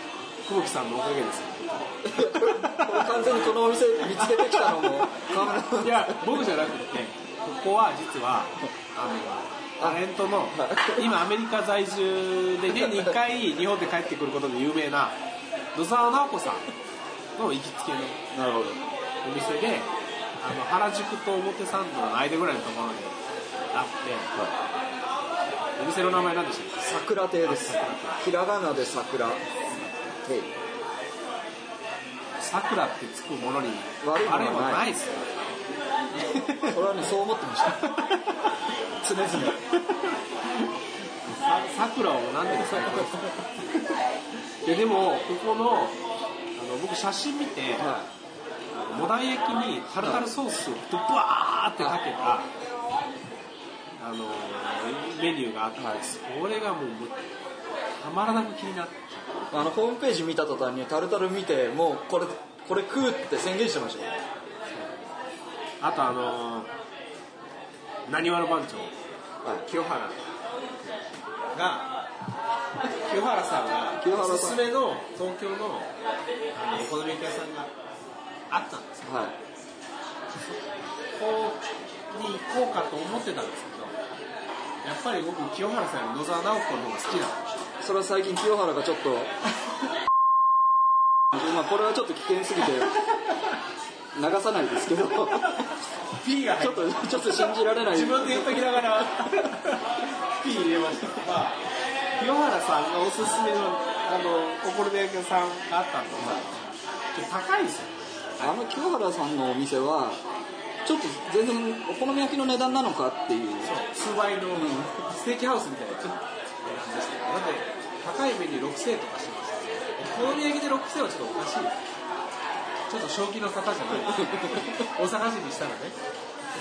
[SPEAKER 3] 久保木さんのおかげです
[SPEAKER 2] いやこれこれ完全にこのお店見つけてきたの も河村
[SPEAKER 3] いや僕じゃなくてここは実はあのタレントの今アメリカ在住で年に1回日本で帰ってくることで有名な野沢直子さんの行きつけの
[SPEAKER 2] なるほど
[SPEAKER 3] お店であの原宿と表参道の間ぐらいのところにあって、お店の名前なんでしたっ
[SPEAKER 2] 桜亭ですひらがなで桜亭
[SPEAKER 3] け桜ってつくものに
[SPEAKER 2] 悪いものはない
[SPEAKER 3] 悪はないで すよ
[SPEAKER 2] それはねそう思ってま した常々
[SPEAKER 3] さ桜をなんで桜です かででもここのあの僕写真見て、
[SPEAKER 2] は
[SPEAKER 3] モダン焼きにタルタルソースをドバーってかけた、あのーメニューがあって、それがもうもうたまらなく気になって
[SPEAKER 2] いあのホームページ見た途端にタルタル見てもうこれこれ食うって宣言してましたよ
[SPEAKER 3] あとあのー、なにわの番長
[SPEAKER 2] は
[SPEAKER 3] 清原が清原さんが
[SPEAKER 2] 清原さん
[SPEAKER 3] おすすめの東京のあのお好み焼き屋さんがあったんですよ
[SPEAKER 2] いはい
[SPEAKER 3] ここに行こうかと思ってたんですけどやっぱり僕清原さんより野沢直子の方が好きなんです
[SPEAKER 2] それは最近清原がちょっと まあこれはちょっと危険すぎて流さないですけどちょ
[SPEAKER 3] ピーが
[SPEAKER 2] っとちょっと信じられない
[SPEAKER 3] 自分で言っときながらピー入れました、まあ、清原さんがおすすめのあのお好み焼き屋さんがあったんで、ちょっと高いんですよ
[SPEAKER 2] あの清原さんのお店はちょっと全然お好み焼きの値段なのかっていう
[SPEAKER 3] 数倍のステーキハウスみたいなちょっと値段でしたけどだって高いメニュー6000円とかしましたねお好み焼きで6000円はちょっとおかしいちょっと正気の沙汰じゃない大阪人にしたらね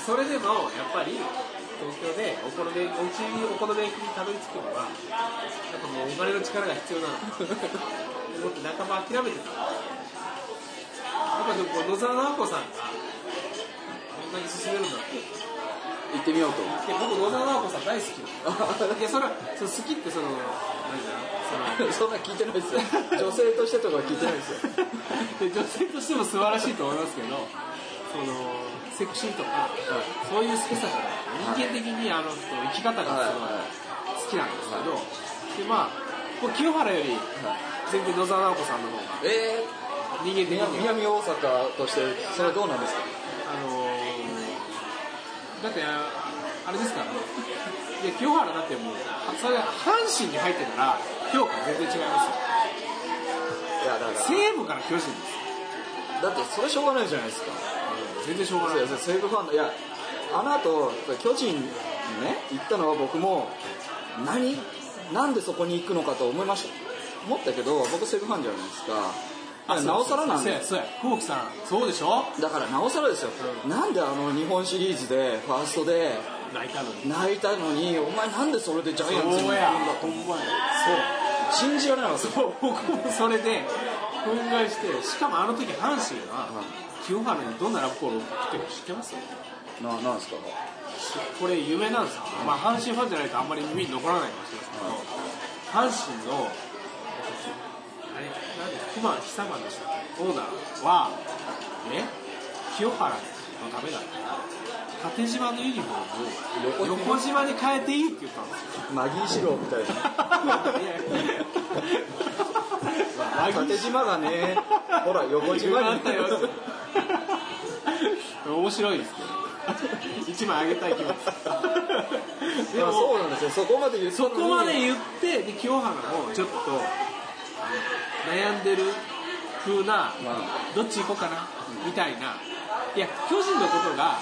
[SPEAKER 3] それでもやっぱり東京でお好みおうちにお好み焼きにたどり着くのはやっぱもうお金の力が必要なの思って半ば諦めてたやっぱでもこう野沢直子さんがこんなに進めるんだって
[SPEAKER 2] 行ってみようと
[SPEAKER 3] いや僕野沢直子さん大好きなの いやそれはその好きってその何だろう
[SPEAKER 2] そ
[SPEAKER 3] その
[SPEAKER 2] んな聞いてないですよ女性としてとか聞いてないですよ
[SPEAKER 3] で女性としても素晴らしいと思いますけどそのセクシーとか、そういう好きさじゃない人間的にあの人生き方が
[SPEAKER 2] はい
[SPEAKER 3] すごい
[SPEAKER 2] は
[SPEAKER 3] 好きなんですけど、でまあこう清原より
[SPEAKER 2] いはい
[SPEAKER 3] 全然野沢直子さんの方が
[SPEAKER 2] え
[SPEAKER 3] 人
[SPEAKER 2] ー、
[SPEAKER 3] 間的
[SPEAKER 2] 南
[SPEAKER 3] には
[SPEAKER 2] 南大阪としてそれはどうなんですか
[SPEAKER 3] あのー、だってあれですからねいや清原だってもうそれが阪神に入ってたら評価全然違いますよ
[SPEAKER 2] いやだから
[SPEAKER 3] 西武から巨人です
[SPEAKER 2] だってそれしょうがないじゃないですか
[SPEAKER 3] 全然しょうが
[SPEAKER 2] そう
[SPEAKER 3] ない
[SPEAKER 2] です西武ファンのいやあの後巨人にね行ったのは僕も何なんでそこに行くのかと思いました思ったけど僕西武ファンじゃないですかだからなおさらなん
[SPEAKER 3] そう
[SPEAKER 2] で
[SPEAKER 3] やそうや久保木さんそうでしょ
[SPEAKER 2] だからなおさらですよ、なんであの日本シリーズでファーストで
[SPEAKER 3] 泣いたのに
[SPEAKER 2] 泣いたのにお前なんでそれでジャイアンツに行くん
[SPEAKER 3] そうや
[SPEAKER 2] だ
[SPEAKER 3] ほんまや
[SPEAKER 2] と信じられなかっ
[SPEAKER 3] そ
[SPEAKER 2] た
[SPEAKER 3] うそう僕もそれで憤慨してしかもあの時阪神
[SPEAKER 2] は
[SPEAKER 3] はい清原にどんなラブコールを送ってるか知ってます
[SPEAKER 2] ななんですか
[SPEAKER 3] これ有名なんですよ、まあ、阪神ファンじゃないとあんまり耳に残らないかもしれないですけど、阪神のあれなんで熊久間でしたっけオーナーはね清原のためだったら 縦島のユニフォームを横島に変えていいって言ったんですよ
[SPEAKER 2] マギーシローみたいな縦島がねほら横島に
[SPEAKER 3] あったよ 面白いですけど一枚あげたい気持 ち
[SPEAKER 2] いやそうなんですよそこまで言った
[SPEAKER 3] そ
[SPEAKER 2] のに
[SPEAKER 3] こまで言ってで清原もちょっとあの悩んでる風な、
[SPEAKER 2] う
[SPEAKER 3] どっち行こうかな、みたいないや巨人のことが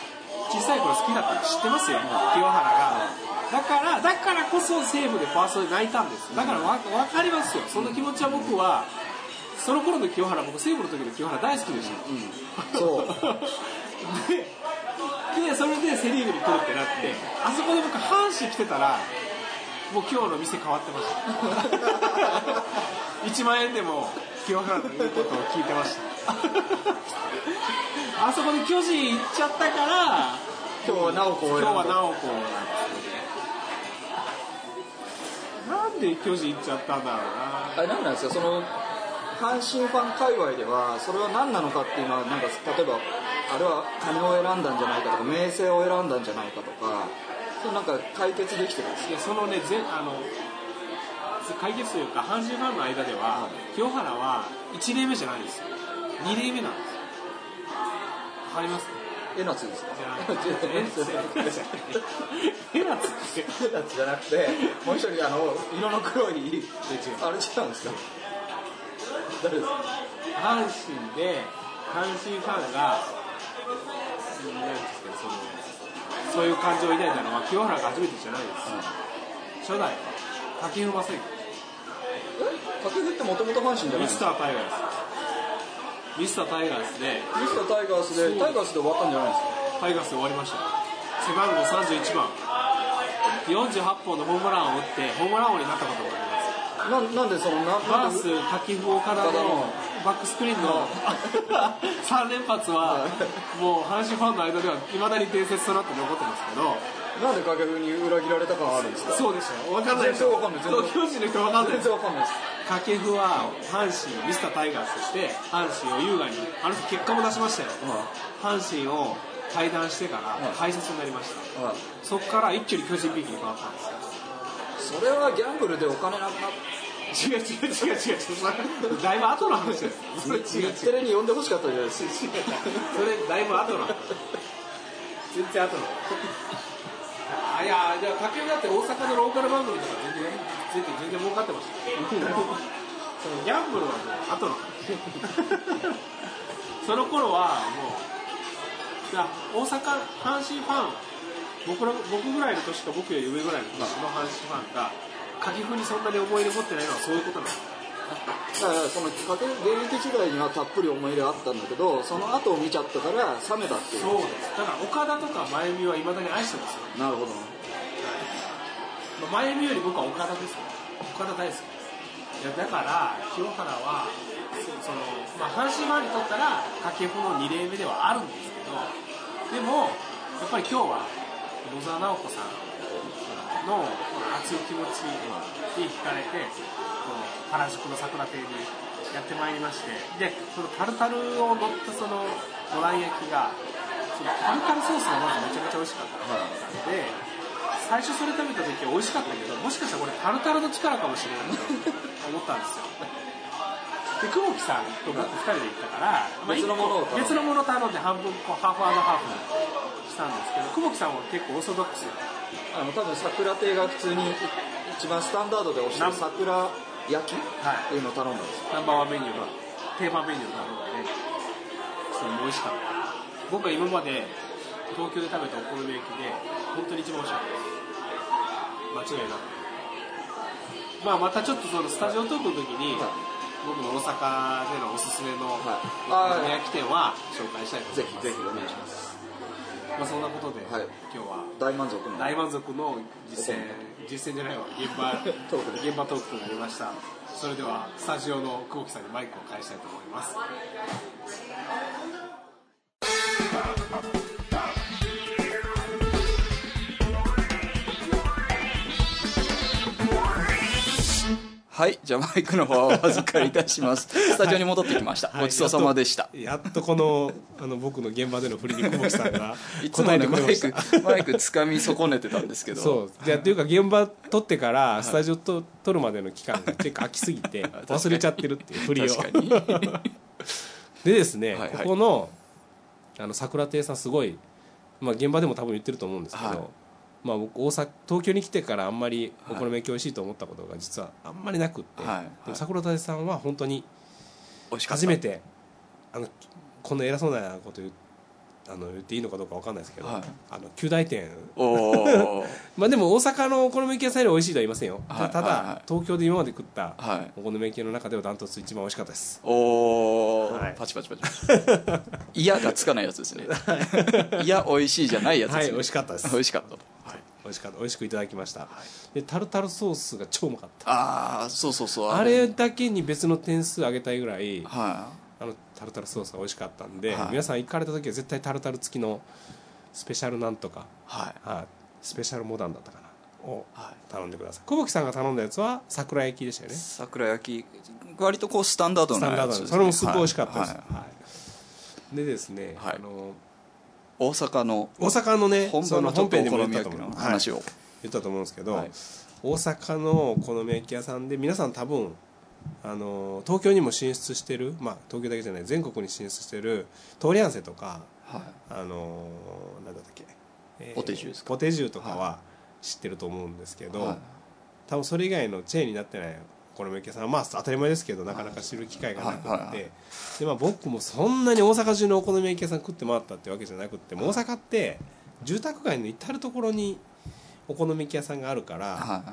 [SPEAKER 3] 小さい頃好きだったの知ってますよ、清原が、だからだからこそ西武でファーストで泣いたんですだからわ分かりますよその気持ちは僕はその頃の清原僕西武の時の清原大好きでした、
[SPEAKER 2] うんそう
[SPEAKER 3] で でそれでセ・リーグに来るってなってあそこで僕阪神来てたらもう今日の店変わってました 1万円でも清原の言うことを聞いてました あそこで巨人行っちゃったから
[SPEAKER 2] 今日はなおこ
[SPEAKER 3] 今
[SPEAKER 2] う
[SPEAKER 3] 日
[SPEAKER 2] や
[SPEAKER 3] はなおこなんですよねなんで巨人行っちゃったんだろうな
[SPEAKER 2] あれ何なんですかその阪神ファン界隈ではそれは何なのかっていうのはなんか例えばあれは金を選んだんじゃないかとか名声を選んだんじゃないかとかそれなんか解決できてるんです
[SPEAKER 3] いやそのね全あの解決というか阪神ファンの間では、清原は1例目じゃないんですよ2例目なんですよわかります
[SPEAKER 2] えなつですか
[SPEAKER 3] じゃあ
[SPEAKER 2] えなつ
[SPEAKER 3] えなつって
[SPEAKER 2] えなつじゃなくてもう一人あの色の黒いあれ違うんですか誰ですか
[SPEAKER 3] 阪神で阪神ファンがうんなんですかねそのそういう感情を抱いたのは清原が初めてじゃないです、初代竹馬戦
[SPEAKER 2] え掛布ってもともと阪神じゃない
[SPEAKER 3] ミ
[SPEAKER 2] です
[SPEAKER 3] ス
[SPEAKER 2] か
[SPEAKER 3] タータイガースミスタータイガースで
[SPEAKER 2] ミスタータイガース
[SPEAKER 3] そうで
[SPEAKER 2] ですタイガースで終わったんじゃないですか
[SPEAKER 3] タイガースで終わりました背番号31番48本のホームランを打ってホームラン王になったことがあります
[SPEAKER 2] なんなんでそのな
[SPEAKER 3] バ
[SPEAKER 2] な
[SPEAKER 3] ー
[SPEAKER 2] んで
[SPEAKER 3] ス、滝風岡田のバックスクリ ーンの3連発
[SPEAKER 2] は、
[SPEAKER 3] はもう阪神ファンの間では未だに伝説となって残ってますけど、
[SPEAKER 2] なんで掛布に裏切られた感あるんですか
[SPEAKER 3] そうでしょ、分かんないでし
[SPEAKER 2] 全然
[SPEAKER 3] ょ、
[SPEAKER 2] わかんない全然
[SPEAKER 3] 東京人の人分かんない
[SPEAKER 2] 全
[SPEAKER 3] でし
[SPEAKER 2] 然
[SPEAKER 3] ょ、
[SPEAKER 2] わかんないです
[SPEAKER 3] 掛布は阪神をミスタータイガースとして、阪神を優雅に、あの人、結果も出しましたよ、阪神を退団してから
[SPEAKER 2] うん
[SPEAKER 3] 解説になりました、
[SPEAKER 2] はいはい
[SPEAKER 3] そこから一挙に巨人ピークに変わったんですよ。
[SPEAKER 2] それはギャンブルでお金なくなっ
[SPEAKER 3] 違う違う違う違う、それだいぶ後の話です。それ違う違う
[SPEAKER 2] 日テレに呼んでほしかったじゃないですか
[SPEAKER 3] それだいぶ後なの全然後なのあいやじゃあ竹雄だって大阪のローカル番組とか全然全然全然儲かってましたよそのギャンブルは ね後なのその頃はもうだから大阪阪神ファン僕ら僕ぐらいの年か僕より上ぐらいの年の阪神ファンが掛布にそんなに思い入れ持ってないのはそういうことなの
[SPEAKER 2] だからその掛布現役時代にはたっぷり思い入れあったんだけどその後を見ちゃったから冷めたっていう
[SPEAKER 3] そうですだから岡田とか真由美はいまだに愛してますよ、
[SPEAKER 2] なるほど
[SPEAKER 3] まあ、真由美より僕は岡田ですよ岡田大好きですいやだから清原はそその、まあ、阪神ファンにとったら掛布の2例目ではあるんですけどでもやっぱり今日は野沢直子さんの熱い気持ちに惹かれてこの原宿の桜亭にやってまいりましてでそのタルタルを乗ったそのご覧焼きがそのタルタルソースがまずめちゃめちゃ美味しかったので、最初それ食べた時は美味しかったけどもしかしたらこれタルタルの力かもしれないと思ったんですよで久保木さんと僕2人で行ったから、まあ
[SPEAKER 2] 別のものを頼む
[SPEAKER 3] 別のもの頼んで半分こうハーフハーフしたんですけど久保木さんは結構オーソドックス
[SPEAKER 2] あの多分桜亭が普通に一番スタンダードで推してる桜焼きっていうのを頼んだんですよ
[SPEAKER 3] ナンバーワンメニューが、定番メニューなので、それも美味しかった。僕は今まで東京で食べたお好み焼きで、本当に一番美味しかったです。間違いなく。まあまたちょっとそのスタジオトークの時に、
[SPEAKER 2] はい
[SPEAKER 3] 僕の大阪でのおすすめのお
[SPEAKER 2] あー
[SPEAKER 3] 好み焼き店は紹介したいと
[SPEAKER 2] ぜ
[SPEAKER 3] 思い
[SPEAKER 2] ひ
[SPEAKER 3] ます。
[SPEAKER 2] ぜひお願いします
[SPEAKER 3] まあそんなことで、
[SPEAKER 2] はい
[SPEAKER 3] 今日は
[SPEAKER 2] 大満足の
[SPEAKER 3] 大満足の実践実践じゃないわ現場
[SPEAKER 2] トークで
[SPEAKER 3] 現場トークとなりましたそれではスタジオの久保木さんにマイクを返したいと思います
[SPEAKER 4] はい、じゃあマイクの方をお預かりいたし ます。スタジオに戻ってきました。
[SPEAKER 1] はい
[SPEAKER 4] ごちそうさまでした。
[SPEAKER 1] やっとこのあの僕の現場での振りに久保木さんが
[SPEAKER 4] いつも
[SPEAKER 1] 答え
[SPEAKER 4] ね
[SPEAKER 1] てく
[SPEAKER 4] マ
[SPEAKER 1] れま
[SPEAKER 4] イ
[SPEAKER 1] し
[SPEAKER 4] ク
[SPEAKER 1] た
[SPEAKER 4] マイク掴み損ねてたんですけど。
[SPEAKER 1] そうじゃあというか現場撮ってからスタジオと撮るまでの期間が結構空きすぎて
[SPEAKER 4] に
[SPEAKER 1] 忘れちゃってるっていう振りを
[SPEAKER 4] 確 かに。
[SPEAKER 1] でですね、
[SPEAKER 4] はいはい
[SPEAKER 1] ここのあの桜亭さんすごい、まあ、現場でも多分言ってると思うんですけど、
[SPEAKER 4] はい
[SPEAKER 1] まあ、僕大阪東京に来てからあんまりお好み焼き美味しいと思ったことが実はあんまりなくって、
[SPEAKER 4] はいはい
[SPEAKER 1] でも桜亭さんは本当に
[SPEAKER 4] 美味しかった。
[SPEAKER 1] 初め。てあのこんな偉そうなこと言うあの言っていいのかどうか分かんないですけど、
[SPEAKER 4] はい
[SPEAKER 1] あの旧大店
[SPEAKER 4] おお。
[SPEAKER 1] まあでも大阪のお好み焼き屋さんより美味しいとは言いませんよ、
[SPEAKER 4] はい
[SPEAKER 1] たただ、
[SPEAKER 4] はいはい
[SPEAKER 1] 東京で今まで食った
[SPEAKER 4] はい。
[SPEAKER 1] お好み焼きの中ではダントツ一番美味しかったです
[SPEAKER 4] おお、
[SPEAKER 1] はい
[SPEAKER 4] パチパチパチパチ。嫌がつかないやつですね。いや美味しいじゃないやつです
[SPEAKER 1] は
[SPEAKER 4] ね。
[SPEAKER 1] い美味しかったです
[SPEAKER 4] 美味しかった。
[SPEAKER 1] 美味しかった美味しくいただきました、でタルタルソースが超うまかった
[SPEAKER 4] ああ、そうそうそう。
[SPEAKER 1] あれだけに別の点数上げたいぐらい
[SPEAKER 4] は
[SPEAKER 1] あのタルタルソースが美味しかったんで、
[SPEAKER 4] はい
[SPEAKER 1] 皆さん行かれた時は絶対タルタル付きのスペシャルなんとか
[SPEAKER 4] いはい
[SPEAKER 1] あスペシャルモダンだったかなを
[SPEAKER 4] はい。
[SPEAKER 1] 頼んでください小牧さんが頼んだやつは桜焼きでしたよねス
[SPEAKER 4] 桜焼き割とこうスタンダード
[SPEAKER 1] タ
[SPEAKER 4] な
[SPEAKER 1] ンダー
[SPEAKER 4] や
[SPEAKER 1] ド
[SPEAKER 4] つ
[SPEAKER 1] な
[SPEAKER 4] ですね
[SPEAKER 1] それもすごい美味しかったです、
[SPEAKER 4] は
[SPEAKER 1] はいい
[SPEAKER 4] はい
[SPEAKER 1] でですね、
[SPEAKER 4] はい
[SPEAKER 1] あの
[SPEAKER 4] 大阪の
[SPEAKER 1] 大阪のね
[SPEAKER 4] 本
[SPEAKER 1] そ
[SPEAKER 4] 場
[SPEAKER 1] の
[SPEAKER 4] のちょ
[SPEAKER 1] 本
[SPEAKER 4] っと
[SPEAKER 1] 編
[SPEAKER 4] お
[SPEAKER 1] でも
[SPEAKER 4] 好
[SPEAKER 1] 言っ
[SPEAKER 4] み
[SPEAKER 1] たと
[SPEAKER 4] 焼き
[SPEAKER 1] 思
[SPEAKER 4] の
[SPEAKER 1] う
[SPEAKER 4] 話を、
[SPEAKER 1] 言ったと思うんですけど、
[SPEAKER 4] はい
[SPEAKER 1] 大阪のお好み焼き屋さんで皆さん多分あの東京にも進出してる、まあ、東京だけじゃない全国に進出してる通り合わせとか
[SPEAKER 4] はい
[SPEAKER 1] あのなんだったっけ、え
[SPEAKER 4] ポテジュですか
[SPEAKER 1] ポテジュとかは知ってると思うんですけど、
[SPEAKER 4] はい
[SPEAKER 1] 多分それ以外のチェーンになってないお好み焼き屋さんはまあ当たり前ですけどなかなか知る機会がなくって、
[SPEAKER 4] はいはいはい
[SPEAKER 1] でまあ、僕もそんなに大阪中のお好み焼き屋さん食って回ったってわけじゃなくってもう大阪って住宅街の至る所にお好み焼き屋さんがあるから、
[SPEAKER 4] は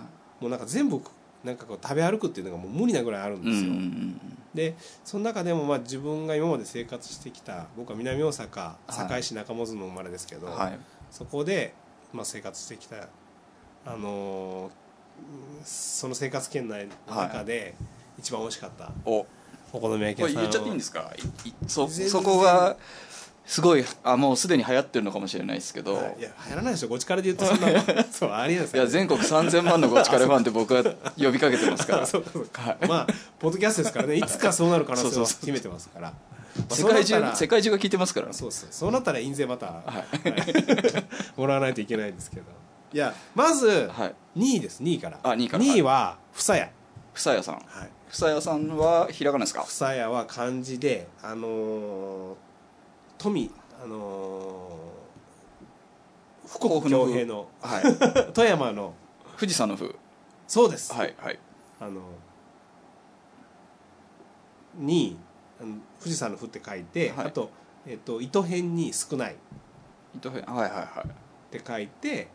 [SPEAKER 1] もうなんか全部なんかこう食べ歩くっていうのがもう無理なぐらいある
[SPEAKER 4] い、
[SPEAKER 1] ん
[SPEAKER 4] う
[SPEAKER 1] で
[SPEAKER 4] んう
[SPEAKER 1] すよ、
[SPEAKER 4] ん
[SPEAKER 1] でその中でもまあ自分が今まで生活してきた僕は南大阪堺市中本の生まれですけ
[SPEAKER 4] う
[SPEAKER 1] ど、
[SPEAKER 4] んはい
[SPEAKER 1] そこで、まあ、生活してきた、あのーうんその生活圏内の中で一番美味しかった
[SPEAKER 4] おこ
[SPEAKER 1] お好み焼き屋
[SPEAKER 4] れ
[SPEAKER 1] さんを
[SPEAKER 4] 言っちゃっていいんですかいいそ
[SPEAKER 1] 全然
[SPEAKER 4] そこがすごいあもうすでに流行ってるのかもしれないですけど、
[SPEAKER 1] はいいや入らないでしょご力で言う とそんなのそうありえないです
[SPEAKER 4] い
[SPEAKER 1] よ
[SPEAKER 4] や全国3000万のご力ファンって僕は呼びかけてますから
[SPEAKER 1] そうかそうかまあポッドキャストですからねいつかそうなる可能性を秘めてますからまあ
[SPEAKER 4] 世
[SPEAKER 1] そうなっ
[SPEAKER 4] 界
[SPEAKER 1] たら
[SPEAKER 4] 中世界中が聞いてますからね
[SPEAKER 1] そうそうそうなったら印税また、はいもらわないといけないんですけどいやまず
[SPEAKER 4] はい
[SPEAKER 1] 2位です2位から
[SPEAKER 4] あ2位から
[SPEAKER 1] 2位は房屋
[SPEAKER 4] 房屋さん
[SPEAKER 1] はい
[SPEAKER 4] 房屋さんはひらがなですか
[SPEAKER 1] 房屋は漢字であのー富あのー富
[SPEAKER 4] 国
[SPEAKER 1] 国
[SPEAKER 4] の
[SPEAKER 1] 強
[SPEAKER 4] 富
[SPEAKER 1] 兵の
[SPEAKER 4] はい
[SPEAKER 1] 富山の
[SPEAKER 4] 富士山の風
[SPEAKER 1] そうです、
[SPEAKER 4] はいはい
[SPEAKER 1] あのにあの富士山の「富」って書いて、
[SPEAKER 4] はい
[SPEAKER 1] あとえっと、糸辺に少ないっ
[SPEAKER 2] 糸編はいはいはい
[SPEAKER 1] て書いて、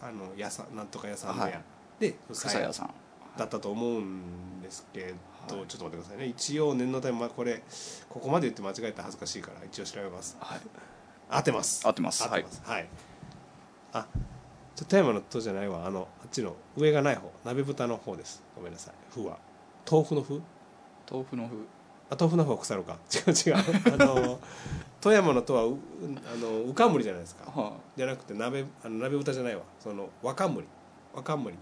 [SPEAKER 1] あの、やさ、なんとか屋さんの
[SPEAKER 2] は
[SPEAKER 1] や。
[SPEAKER 2] い
[SPEAKER 1] で、
[SPEAKER 2] 草屋さん
[SPEAKER 1] だったと思うんですけど、
[SPEAKER 2] はい
[SPEAKER 1] ちょっと待ってくださいね一応念のためまあこれここまで言って間違えたら恥ずかしいから一応調べます
[SPEAKER 2] はい
[SPEAKER 1] 合ってます
[SPEAKER 2] 合ってます
[SPEAKER 1] 合ってますはい、あちょ富山の「と」じゃないわあのあっちの上がない方鍋豚の方ですごめんなさい「ふ」は豆腐の「ふ」
[SPEAKER 2] 豆腐の風
[SPEAKER 1] あ豆腐の「ふ」は腐るか 違う違うあの富山の「と」はうあのうかんむりじゃないですか
[SPEAKER 2] は
[SPEAKER 1] じゃなくて鍋あの鍋豚じゃないわその若むり若むり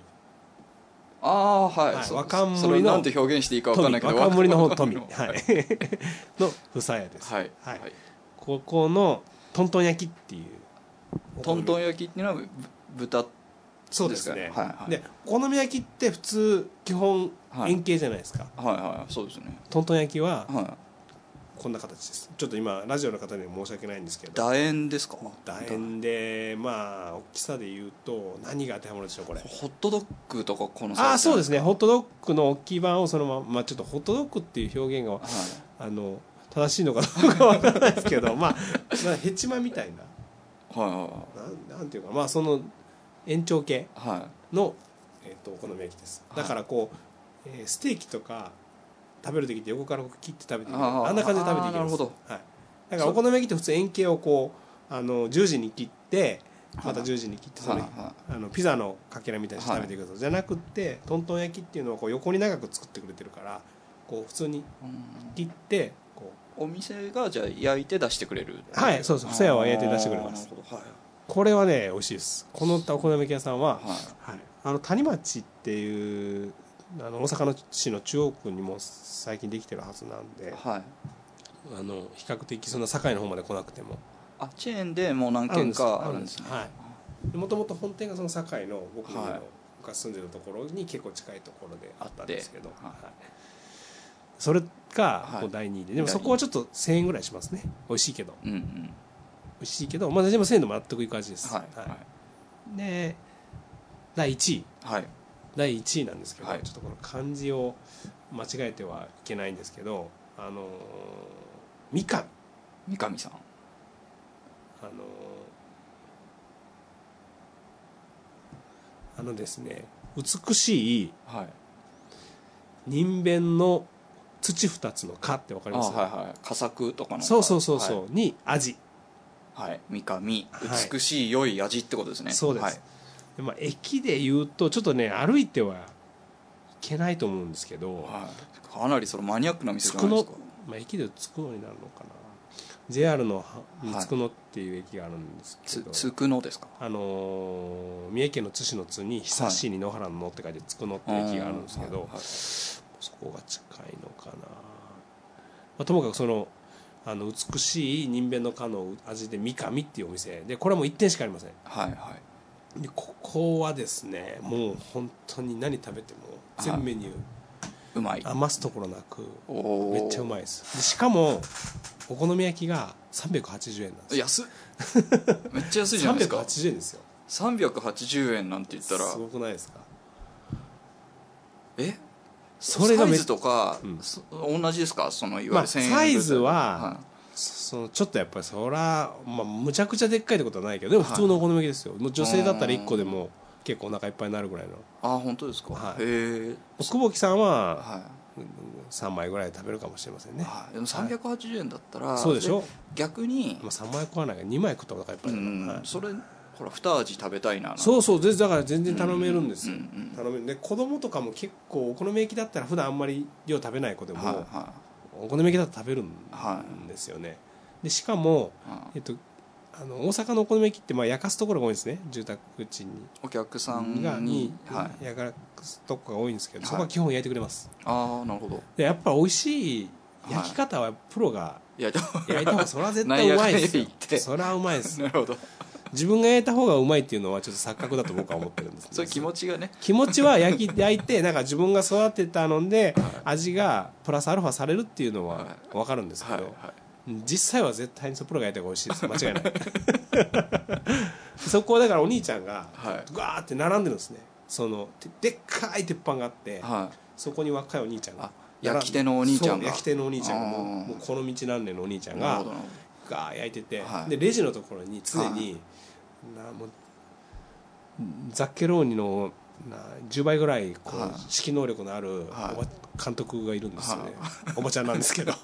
[SPEAKER 2] ああーはい、
[SPEAKER 1] はい
[SPEAKER 2] そ
[SPEAKER 1] 若者の
[SPEAKER 2] それをなんて表現していいかわかんないけど
[SPEAKER 1] 富若森の方
[SPEAKER 2] 若
[SPEAKER 1] 富
[SPEAKER 2] 者
[SPEAKER 1] はい の房屋です、
[SPEAKER 2] はい、
[SPEAKER 1] は
[SPEAKER 2] はいい、
[SPEAKER 1] ここのトントン焼きっていう
[SPEAKER 2] トントン
[SPEAKER 1] 焼き
[SPEAKER 2] 焼きっていうのはぶ豚
[SPEAKER 1] そうですね
[SPEAKER 2] ですかねはいはい
[SPEAKER 1] でお好み焼きって普通基本
[SPEAKER 2] はい
[SPEAKER 1] 円形じゃないですか、
[SPEAKER 2] はいはいそうですね
[SPEAKER 1] トントン焼きは
[SPEAKER 2] は
[SPEAKER 1] こんな形ですちょっと今ラジオの方には申し訳ないんですけ
[SPEAKER 2] い
[SPEAKER 1] ど
[SPEAKER 2] 楕円ですか
[SPEAKER 1] 楕円でまあ大きさで言うと何が当てはまるでしょうこれ
[SPEAKER 2] ホットドッグとかこの、
[SPEAKER 1] ああそうですすねホットドッグの置き場をそのまま、まあ、ちょっとホットドッグっていう表現が
[SPEAKER 2] はい、
[SPEAKER 1] あの正しいのかどうかわからないですけど まあ、まあ、ヘチマみたいな
[SPEAKER 2] はいは
[SPEAKER 1] なんなんていうかまあその延長系
[SPEAKER 2] いはいはい
[SPEAKER 1] の、えー、とお好み焼きですだからこう、えーステーキとか食べる時って横からこう切って食べていける
[SPEAKER 2] あー
[SPEAKER 1] あんな感じで食べていけるんです
[SPEAKER 2] あーなる
[SPEAKER 1] はい、だからお好み焼きって普通円形をこうあの10時に切ってまた
[SPEAKER 2] はい
[SPEAKER 1] 10時に切ってそ
[SPEAKER 2] は
[SPEAKER 1] れ
[SPEAKER 2] いは
[SPEAKER 1] あのピザのかけらみたいにして食べていくと、じゃなくってトントン焼きっていうのはこう横に長く作ってくれてるからこう普通に
[SPEAKER 2] いうん
[SPEAKER 1] 切ってこう
[SPEAKER 2] お店がじゃあ焼いて出してくれる
[SPEAKER 1] はいそうそう布施屋は焼いて出してくれます
[SPEAKER 2] あーなるほどはい
[SPEAKER 1] これはね美味しいですこのお好み焼き屋さんは、
[SPEAKER 2] はい
[SPEAKER 1] はい、あの谷町っていうあの大阪の市の中央区にも最近できてるはずなんで
[SPEAKER 2] はい、
[SPEAKER 1] あの比較的そんな堺の方まで来なくても
[SPEAKER 2] あチェーンでもう何軒かあるんですね
[SPEAKER 1] はいもともと本店がその堺の僕の家の
[SPEAKER 2] はい
[SPEAKER 1] 僕が住んでるところに結構近いところであったんですけど、
[SPEAKER 2] あって
[SPEAKER 1] はいそれが
[SPEAKER 2] はい
[SPEAKER 1] こう第2位で、でもそこはちょっと1000円ぐらいしますね美味しいけど
[SPEAKER 2] うんうん
[SPEAKER 1] 美味しいけどまあでも1000円でも全くいく味です、
[SPEAKER 2] はいはい
[SPEAKER 1] いで第1位
[SPEAKER 2] はい
[SPEAKER 1] 第1位なんですけど、
[SPEAKER 2] はい
[SPEAKER 1] ちょっとこの漢字を間違えてはいけないんですけどあのーみかん
[SPEAKER 2] 三上さん
[SPEAKER 1] あのーあのですね美しい
[SPEAKER 2] はい
[SPEAKER 1] 人弁の土二つの「か」ってわかります、
[SPEAKER 2] あはいはい佳作とかの
[SPEAKER 1] そうそうそうそう、に味
[SPEAKER 2] はい、はい、三上
[SPEAKER 1] はい
[SPEAKER 2] 美しい良い味ってことですね
[SPEAKER 1] そうです、
[SPEAKER 2] はい
[SPEAKER 1] でまあ、駅で言うとちょっとね歩いてはいけないと思うんですけど、
[SPEAKER 2] はいかなりそのマニアックな店
[SPEAKER 1] つ
[SPEAKER 2] じゃな
[SPEAKER 1] く
[SPEAKER 2] いで
[SPEAKER 1] の
[SPEAKER 2] すか、
[SPEAKER 1] まあ、駅でつくのになるのかな JR のは
[SPEAKER 2] はい
[SPEAKER 1] つくのっていう駅があるんですけ
[SPEAKER 2] つ
[SPEAKER 1] ど、
[SPEAKER 2] つくのですか
[SPEAKER 1] あのー三重県の津市の津に久しいに野原の野って書いてつくのっていう駅があるんですけど、
[SPEAKER 2] はい
[SPEAKER 1] そこが近いのかな、まあ、ともかくそのあの美しい人弁のかの味で三上っていうお店でこれはもう1点しかありません
[SPEAKER 2] はいはい
[SPEAKER 1] でここはですねもう本当に何食べても全メニュー
[SPEAKER 2] うまい
[SPEAKER 1] 余すところなく
[SPEAKER 2] お
[SPEAKER 1] めっちゃうまいですでしかもお好み焼きが380円なんです
[SPEAKER 2] い
[SPEAKER 1] よ
[SPEAKER 2] 安っめっちゃ安いじゃないですか
[SPEAKER 1] 380円ですよ
[SPEAKER 2] 380円なんて言ったら
[SPEAKER 1] すごくないですか
[SPEAKER 2] え
[SPEAKER 1] それがめっ
[SPEAKER 2] サイズとか、
[SPEAKER 1] うん
[SPEAKER 2] そ同じですかそのいわ
[SPEAKER 1] まあ
[SPEAKER 2] ゆる千円
[SPEAKER 1] サイズ
[SPEAKER 2] は
[SPEAKER 1] はそそのちょっとやっぱりそら、まあ、むちゃくちゃでっかいってことはないけどでも普通のお好み焼きですよ、もう女性だったら1個でも結構お腹いっぱいになるぐらいの
[SPEAKER 2] あ本当ですか、
[SPEAKER 1] はい
[SPEAKER 2] へえ
[SPEAKER 1] 久保木さんは
[SPEAKER 2] は
[SPEAKER 1] 3枚ぐらい食べるかもしれません
[SPEAKER 2] い、
[SPEAKER 1] ね
[SPEAKER 2] はい、でも380円だったら、
[SPEAKER 1] そうでしょ
[SPEAKER 2] 逆に
[SPEAKER 1] まあ、、3枚食わないから2枚食ったらお腹いっぱ
[SPEAKER 2] う
[SPEAKER 1] いに
[SPEAKER 2] ん
[SPEAKER 1] なる、はい
[SPEAKER 2] それほら二味食べたいなう
[SPEAKER 1] そうそう全然だから全然頼めるんですよ、
[SPEAKER 2] うんうんうん
[SPEAKER 1] 頼めるで子供とかも結構お好み焼きだったら普段あんまり量食べない子でも、
[SPEAKER 2] はいは
[SPEAKER 1] お好み焼きだと食べるん
[SPEAKER 2] は
[SPEAKER 1] ですよね、でしかも、
[SPEAKER 2] い、はい
[SPEAKER 1] えっと、あの大阪のお好み焼きってまあ焼かすところが多いんですね住宅地に
[SPEAKER 2] お客さんに
[SPEAKER 1] がに
[SPEAKER 2] はい、
[SPEAKER 1] 焼かすとこが多いんですけど、
[SPEAKER 2] はい
[SPEAKER 1] そこは基本焼いてくれます
[SPEAKER 2] ああなるほど
[SPEAKER 1] でやっぱ美味しい焼き方はプロが
[SPEAKER 2] いやでも
[SPEAKER 1] 焼いた方がそれは絶対うまいですよ
[SPEAKER 2] なんやかんや言って
[SPEAKER 1] それはうまいです
[SPEAKER 2] なるほど
[SPEAKER 1] 自分が焼いた方がうまいっていうのはちょっと錯覚だと僕は思ってるんです、ね、
[SPEAKER 2] そういう気持ちがね
[SPEAKER 1] 気持ちは焼き焼いてなんか自分が育てたので味がプラスアルファされるっていうのは
[SPEAKER 2] は
[SPEAKER 1] 分かるんですけ
[SPEAKER 2] はい
[SPEAKER 1] ど、
[SPEAKER 2] は
[SPEAKER 1] 実際は絶対にそのプロが焼いた方が美味しいです間違いない そこはだからお兄ちゃんが
[SPEAKER 2] は
[SPEAKER 1] ガーって並んでるんですねそのででっかい鉄板があって
[SPEAKER 2] いはい
[SPEAKER 1] そこに若いお兄ちゃんが
[SPEAKER 2] あ焼き手のお兄ちゃん
[SPEAKER 1] そう
[SPEAKER 2] が
[SPEAKER 1] 焼き手のお兄ちゃんがもう
[SPEAKER 2] あー
[SPEAKER 1] もうこの道何年のお兄ちゃん
[SPEAKER 2] な
[SPEAKER 1] が
[SPEAKER 2] るほどなる
[SPEAKER 1] ガー焼いてて、
[SPEAKER 2] はい
[SPEAKER 1] でレジのところに常に、なもうザッケローニのな10倍ぐらいこう、
[SPEAKER 2] はい
[SPEAKER 1] 指揮能力のある、
[SPEAKER 2] はい
[SPEAKER 1] おば監督がいるんですよね、
[SPEAKER 2] は
[SPEAKER 1] おばちゃんなんですけど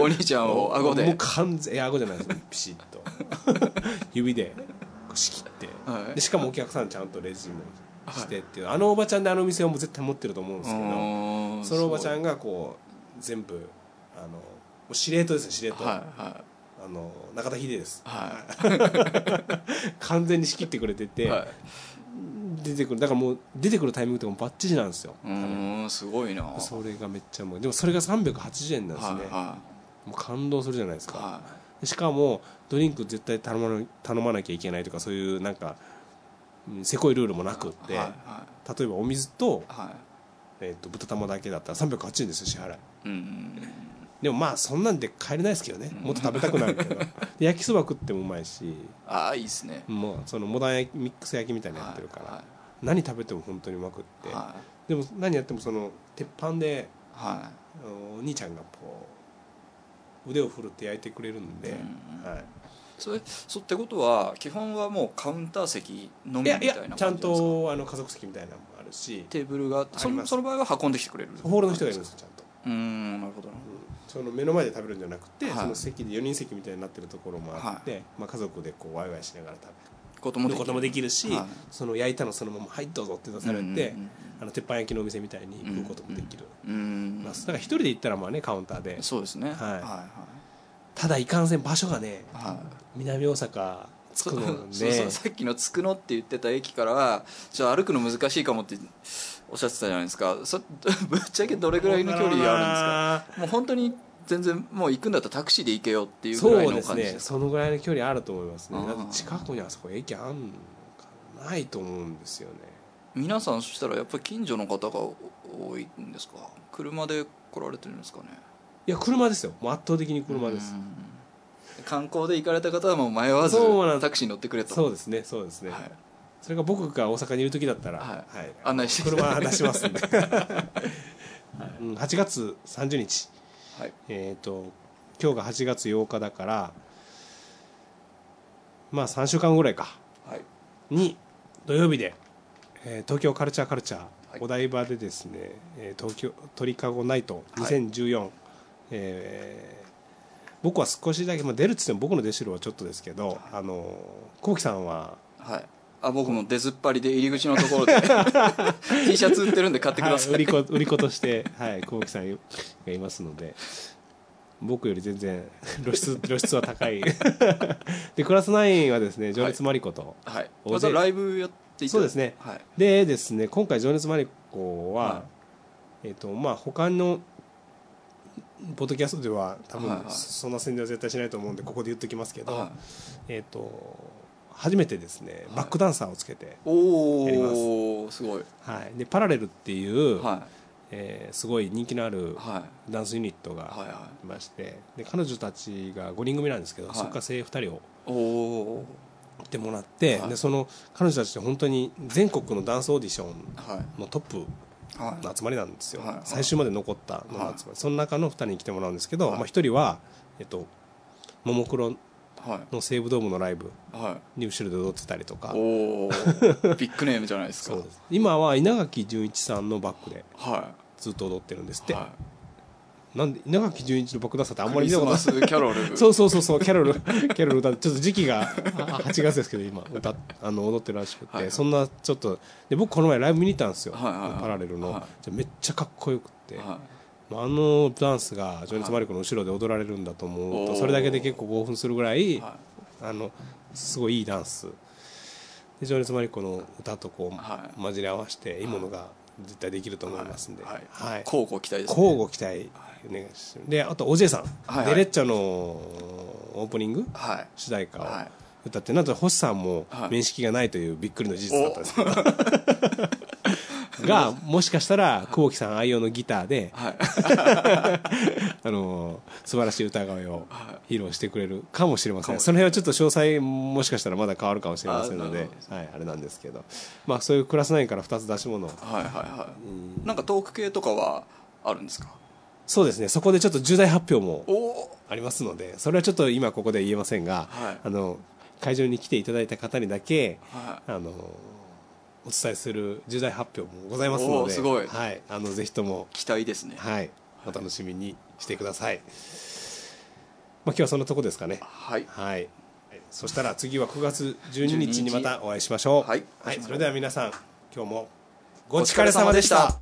[SPEAKER 2] お兄ちゃんを顎
[SPEAKER 1] もう
[SPEAKER 2] で
[SPEAKER 1] 完全いや顎じゃないですピシッ と指でこう仕切って、
[SPEAKER 2] はい
[SPEAKER 1] でしかもお客さんちゃんとレジもしてっていう、あのおばちゃんであの店はもう絶対持ってると思うんですけど、
[SPEAKER 2] う
[SPEAKER 1] そのおばちゃ
[SPEAKER 2] ん
[SPEAKER 1] んがこう全部あのもう司令塔ですね司令
[SPEAKER 2] す
[SPEAKER 1] 塔、
[SPEAKER 2] ごいはいはい
[SPEAKER 1] あの中田秀です
[SPEAKER 2] は
[SPEAKER 1] 完全に仕切ってくれて
[SPEAKER 2] い
[SPEAKER 1] て、
[SPEAKER 2] はい
[SPEAKER 1] 出てくるだからもう出てくるタイミングとかもバッチリなんですよ
[SPEAKER 2] うーんすごいな
[SPEAKER 1] それがめっちゃもうでもそれが380円なんですね、
[SPEAKER 2] はいは
[SPEAKER 1] もう感動するじゃないです
[SPEAKER 2] い
[SPEAKER 1] か、
[SPEAKER 2] は
[SPEAKER 1] でしかもドリンク絶対頼まな頼まなきゃいけないとかそういうなんかうんせこいルールもなくっ
[SPEAKER 2] い
[SPEAKER 1] て、
[SPEAKER 2] はいはい
[SPEAKER 1] 例えばお水と,、
[SPEAKER 2] は
[SPEAKER 1] えー、と豚玉だけだったら380円ですよ支払い
[SPEAKER 2] いうん
[SPEAKER 1] でもまあそんなんで帰れないですけどねもっと食べたくなる けどで焼きそば食ってもうまいし
[SPEAKER 2] ああいいですね
[SPEAKER 1] もうそのモダン焼きミックス焼きみたいなのやってるから、
[SPEAKER 2] は
[SPEAKER 1] 何食べても本当にうまくっ
[SPEAKER 2] い
[SPEAKER 1] て、
[SPEAKER 2] は
[SPEAKER 1] でも何やってもその鉄板で
[SPEAKER 2] いは
[SPEAKER 1] あのお兄ちゃんがこう腕を振るって焼いてくれるんで、
[SPEAKER 2] うん
[SPEAKER 1] はい
[SPEAKER 2] いそれそうってことは基本はもうカウンター席のみ
[SPEAKER 1] い
[SPEAKER 2] みた
[SPEAKER 1] や
[SPEAKER 2] い
[SPEAKER 1] いや
[SPEAKER 2] な
[SPEAKER 1] ちゃ
[SPEAKER 2] 感
[SPEAKER 1] ん
[SPEAKER 2] じなんですか
[SPEAKER 1] とあの家族席みたいなのもあるし
[SPEAKER 2] テーブルがあってそ
[SPEAKER 1] あり
[SPEAKER 2] の
[SPEAKER 1] ます
[SPEAKER 2] その場合は運んできてくれる
[SPEAKER 1] ホールの人がいるんですよちゃんと、
[SPEAKER 2] うーんなるほどな
[SPEAKER 1] その目の前で食べるんじゃなくて、
[SPEAKER 2] はい
[SPEAKER 1] その席で4人席みたいになってるところもあって、まあ、家族でこうワイワイしながら食
[SPEAKER 2] こと
[SPEAKER 1] べ
[SPEAKER 2] も
[SPEAKER 1] ることもで
[SPEAKER 2] き
[SPEAKER 1] きるし、
[SPEAKER 2] はい
[SPEAKER 1] その焼いたのそのまま「はいどうぞ」って出されて、
[SPEAKER 2] うんうんうん
[SPEAKER 1] あの鉄板焼きのお店みたいに食うこともできる、
[SPEAKER 2] うーん
[SPEAKER 1] まあ、だから一人で行ったらまあねカウンターで
[SPEAKER 2] そうですね
[SPEAKER 1] はい
[SPEAKER 2] はい
[SPEAKER 1] ただいかんせん場所がね
[SPEAKER 2] はいはい
[SPEAKER 1] 南大阪つくのね
[SPEAKER 2] そうそうさっきの「つくの」って言ってた駅からはちょっと歩くの難しいかもっておっしゃってたじゃないですかそ ぶっちゃけどれぐらいの距離あ
[SPEAKER 1] あ
[SPEAKER 2] るんですかもう本当に全然もう行くんだったらタクシーで行けよっていうぐらい
[SPEAKER 1] そう
[SPEAKER 2] の
[SPEAKER 1] です
[SPEAKER 2] 感じ
[SPEAKER 1] ねそのぐらいの距離あると思いますね
[SPEAKER 2] あー
[SPEAKER 1] だって近くにあそこ駅あんのかなないと思うんですよね
[SPEAKER 2] 皆さんそしたらやっぱり近所の方が多いんですか車で来られてるんですかね
[SPEAKER 1] いや車ですよもう圧倒的に車です
[SPEAKER 2] うん観光で行かれた方はもう迷わず
[SPEAKER 1] そうなんです
[SPEAKER 2] タクシーに乗ってくれと
[SPEAKER 1] そうですねそうですね、
[SPEAKER 2] はい
[SPEAKER 1] それが僕が大阪にいる時だったら、
[SPEAKER 2] はい
[SPEAKER 1] はい
[SPEAKER 2] 案内して
[SPEAKER 1] 車出しますんで、うん8月30日
[SPEAKER 2] はい
[SPEAKER 1] えっ、と今日が8月8日だからまあ3週間ぐらいか
[SPEAKER 2] はい
[SPEAKER 1] に土曜日で、えー東京カルチャーカルチャー、
[SPEAKER 2] はい
[SPEAKER 1] お台場でですね、えー東京鳥かごナイト2014、えー僕は少しだけ、まあ、出るっつっても僕の出しろはちょっとですけど、あのこうきさんは
[SPEAKER 2] はいあ僕も出ずっぱりで入り口のところで T シャツ売ってるんで買ってください、
[SPEAKER 1] はい売り子 売り子として、はい、こうきさんがいますので僕より全然露出露出は高い でクラス9はですね情熱マリコと、
[SPEAKER 2] はい、
[SPEAKER 1] 大
[SPEAKER 2] ま
[SPEAKER 1] 勢
[SPEAKER 2] たライブやっていた
[SPEAKER 1] そうですね
[SPEAKER 2] はい
[SPEAKER 1] でですね今回「情熱マリコは」
[SPEAKER 2] は
[SPEAKER 1] えっ、とまあ他のポッドキャストでは多分、
[SPEAKER 2] はいはい
[SPEAKER 1] そんな宣伝は絶対しないと思うんでここで言っときますけど、
[SPEAKER 2] はい
[SPEAKER 1] えっ、と初めてですね、バックダンサーをつけて、やり
[SPEAKER 2] おおすごい
[SPEAKER 1] はい、でパラレルっていう、
[SPEAKER 2] は
[SPEAKER 1] えーすごい人気のある
[SPEAKER 2] いはい
[SPEAKER 1] ダンスユニットが
[SPEAKER 2] はいはい
[SPEAKER 1] いまして、で彼女たちが5人組なんですけど、
[SPEAKER 2] はい
[SPEAKER 1] そこから精鋭2人を
[SPEAKER 2] おお
[SPEAKER 1] 来てもらって、
[SPEAKER 2] はい
[SPEAKER 1] でその彼女たちって本当に全国のダンスオーディション
[SPEAKER 2] は
[SPEAKER 1] のトップ
[SPEAKER 2] いはい
[SPEAKER 1] の集まりなんですよ、
[SPEAKER 2] はい
[SPEAKER 1] 最終まで残ったのの集まり、その中の2人に来てもらうんですけど、
[SPEAKER 2] はい
[SPEAKER 1] まあ、1人は、えっと、ももクロ
[SPEAKER 2] は
[SPEAKER 1] の西武ドームのライブ
[SPEAKER 2] いはい
[SPEAKER 1] に後ろで踊ってたりとか
[SPEAKER 2] おおービッグネームじゃないですか
[SPEAKER 1] そうです今は稲垣潤一さんのバックで
[SPEAKER 2] は
[SPEAKER 1] ずっと踊ってるんですっ
[SPEAKER 2] い
[SPEAKER 1] て、
[SPEAKER 2] は
[SPEAKER 1] なんで稲垣潤一のバックダンサーってあ
[SPEAKER 2] い
[SPEAKER 1] ん
[SPEAKER 2] ク
[SPEAKER 1] まり
[SPEAKER 2] リ
[SPEAKER 1] 見
[SPEAKER 2] ス
[SPEAKER 1] たことな
[SPEAKER 2] マ
[SPEAKER 1] い
[SPEAKER 2] スキャロル
[SPEAKER 1] そうそうそうそうキャロルキャロル歌ってちょっと時期があ8月ですけど今歌っあの踊ってるらしくて、
[SPEAKER 2] はいはい
[SPEAKER 1] そんなちょっとで僕この前ライブ見に行ったんですよ、
[SPEAKER 2] はいはいはい
[SPEAKER 1] パラレルの、
[SPEAKER 2] はい
[SPEAKER 1] じゃあめっちゃかっこよくって、
[SPEAKER 2] は
[SPEAKER 1] あのダンスが情熱マリコの後ろで踊られるんだと思うと
[SPEAKER 2] おー
[SPEAKER 1] それだけで結構興奮するぐら
[SPEAKER 2] い
[SPEAKER 1] い
[SPEAKER 2] は
[SPEAKER 1] あのすごいいいダンスで情熱マリコの歌とこ
[SPEAKER 2] は
[SPEAKER 1] う混じり合わせていいものが絶対できると思いますんで、
[SPEAKER 2] はい
[SPEAKER 1] はい
[SPEAKER 2] い、交互期待ですね
[SPEAKER 1] 交互期待お願いしますであとおじいさん、
[SPEAKER 2] はい
[SPEAKER 1] デレッチャのオープニング
[SPEAKER 2] はい
[SPEAKER 1] 主題歌を
[SPEAKER 2] はい
[SPEAKER 1] 歌って、なんと星さんも
[SPEAKER 2] はい
[SPEAKER 1] 面識がないというびっくりの事実だったんですけど、 がもしかしたら久保木さん愛用のギターで、
[SPEAKER 2] はい
[SPEAKER 1] あの素晴らしい歌声を
[SPEAKER 2] は
[SPEAKER 1] 披露してくれるかもしれませ
[SPEAKER 2] か
[SPEAKER 1] ん
[SPEAKER 2] も
[SPEAKER 1] その辺はちょっと詳細もしかしたらまだ変わるかもしれませんの
[SPEAKER 2] あな
[SPEAKER 1] で
[SPEAKER 2] るほどで
[SPEAKER 1] はい、あれなんですけど、まあ、そういうクラス9から2つ出し物を
[SPEAKER 2] はいはいはいなんかトーク系とかはあるんですか
[SPEAKER 1] そうですねそこでちょっと重大発表も
[SPEAKER 2] おお
[SPEAKER 1] ありますのでそれはちょっと今ここで言えませんが、
[SPEAKER 4] はい
[SPEAKER 1] あの会場に来ていただいた方にだけ
[SPEAKER 4] は
[SPEAKER 1] あのお伝えする重大発表もございますの
[SPEAKER 4] おー
[SPEAKER 1] です
[SPEAKER 4] ごい
[SPEAKER 1] はい、あのぜひとも、
[SPEAKER 4] 期待ですね
[SPEAKER 1] はい、お楽しみにしてください、まあ、今日はそんなとこですかね
[SPEAKER 4] はい
[SPEAKER 1] はいそしたら次は9月12日にまたお会いしましょう
[SPEAKER 4] はい
[SPEAKER 1] はい、それでは皆さん今日もごちそうさまでした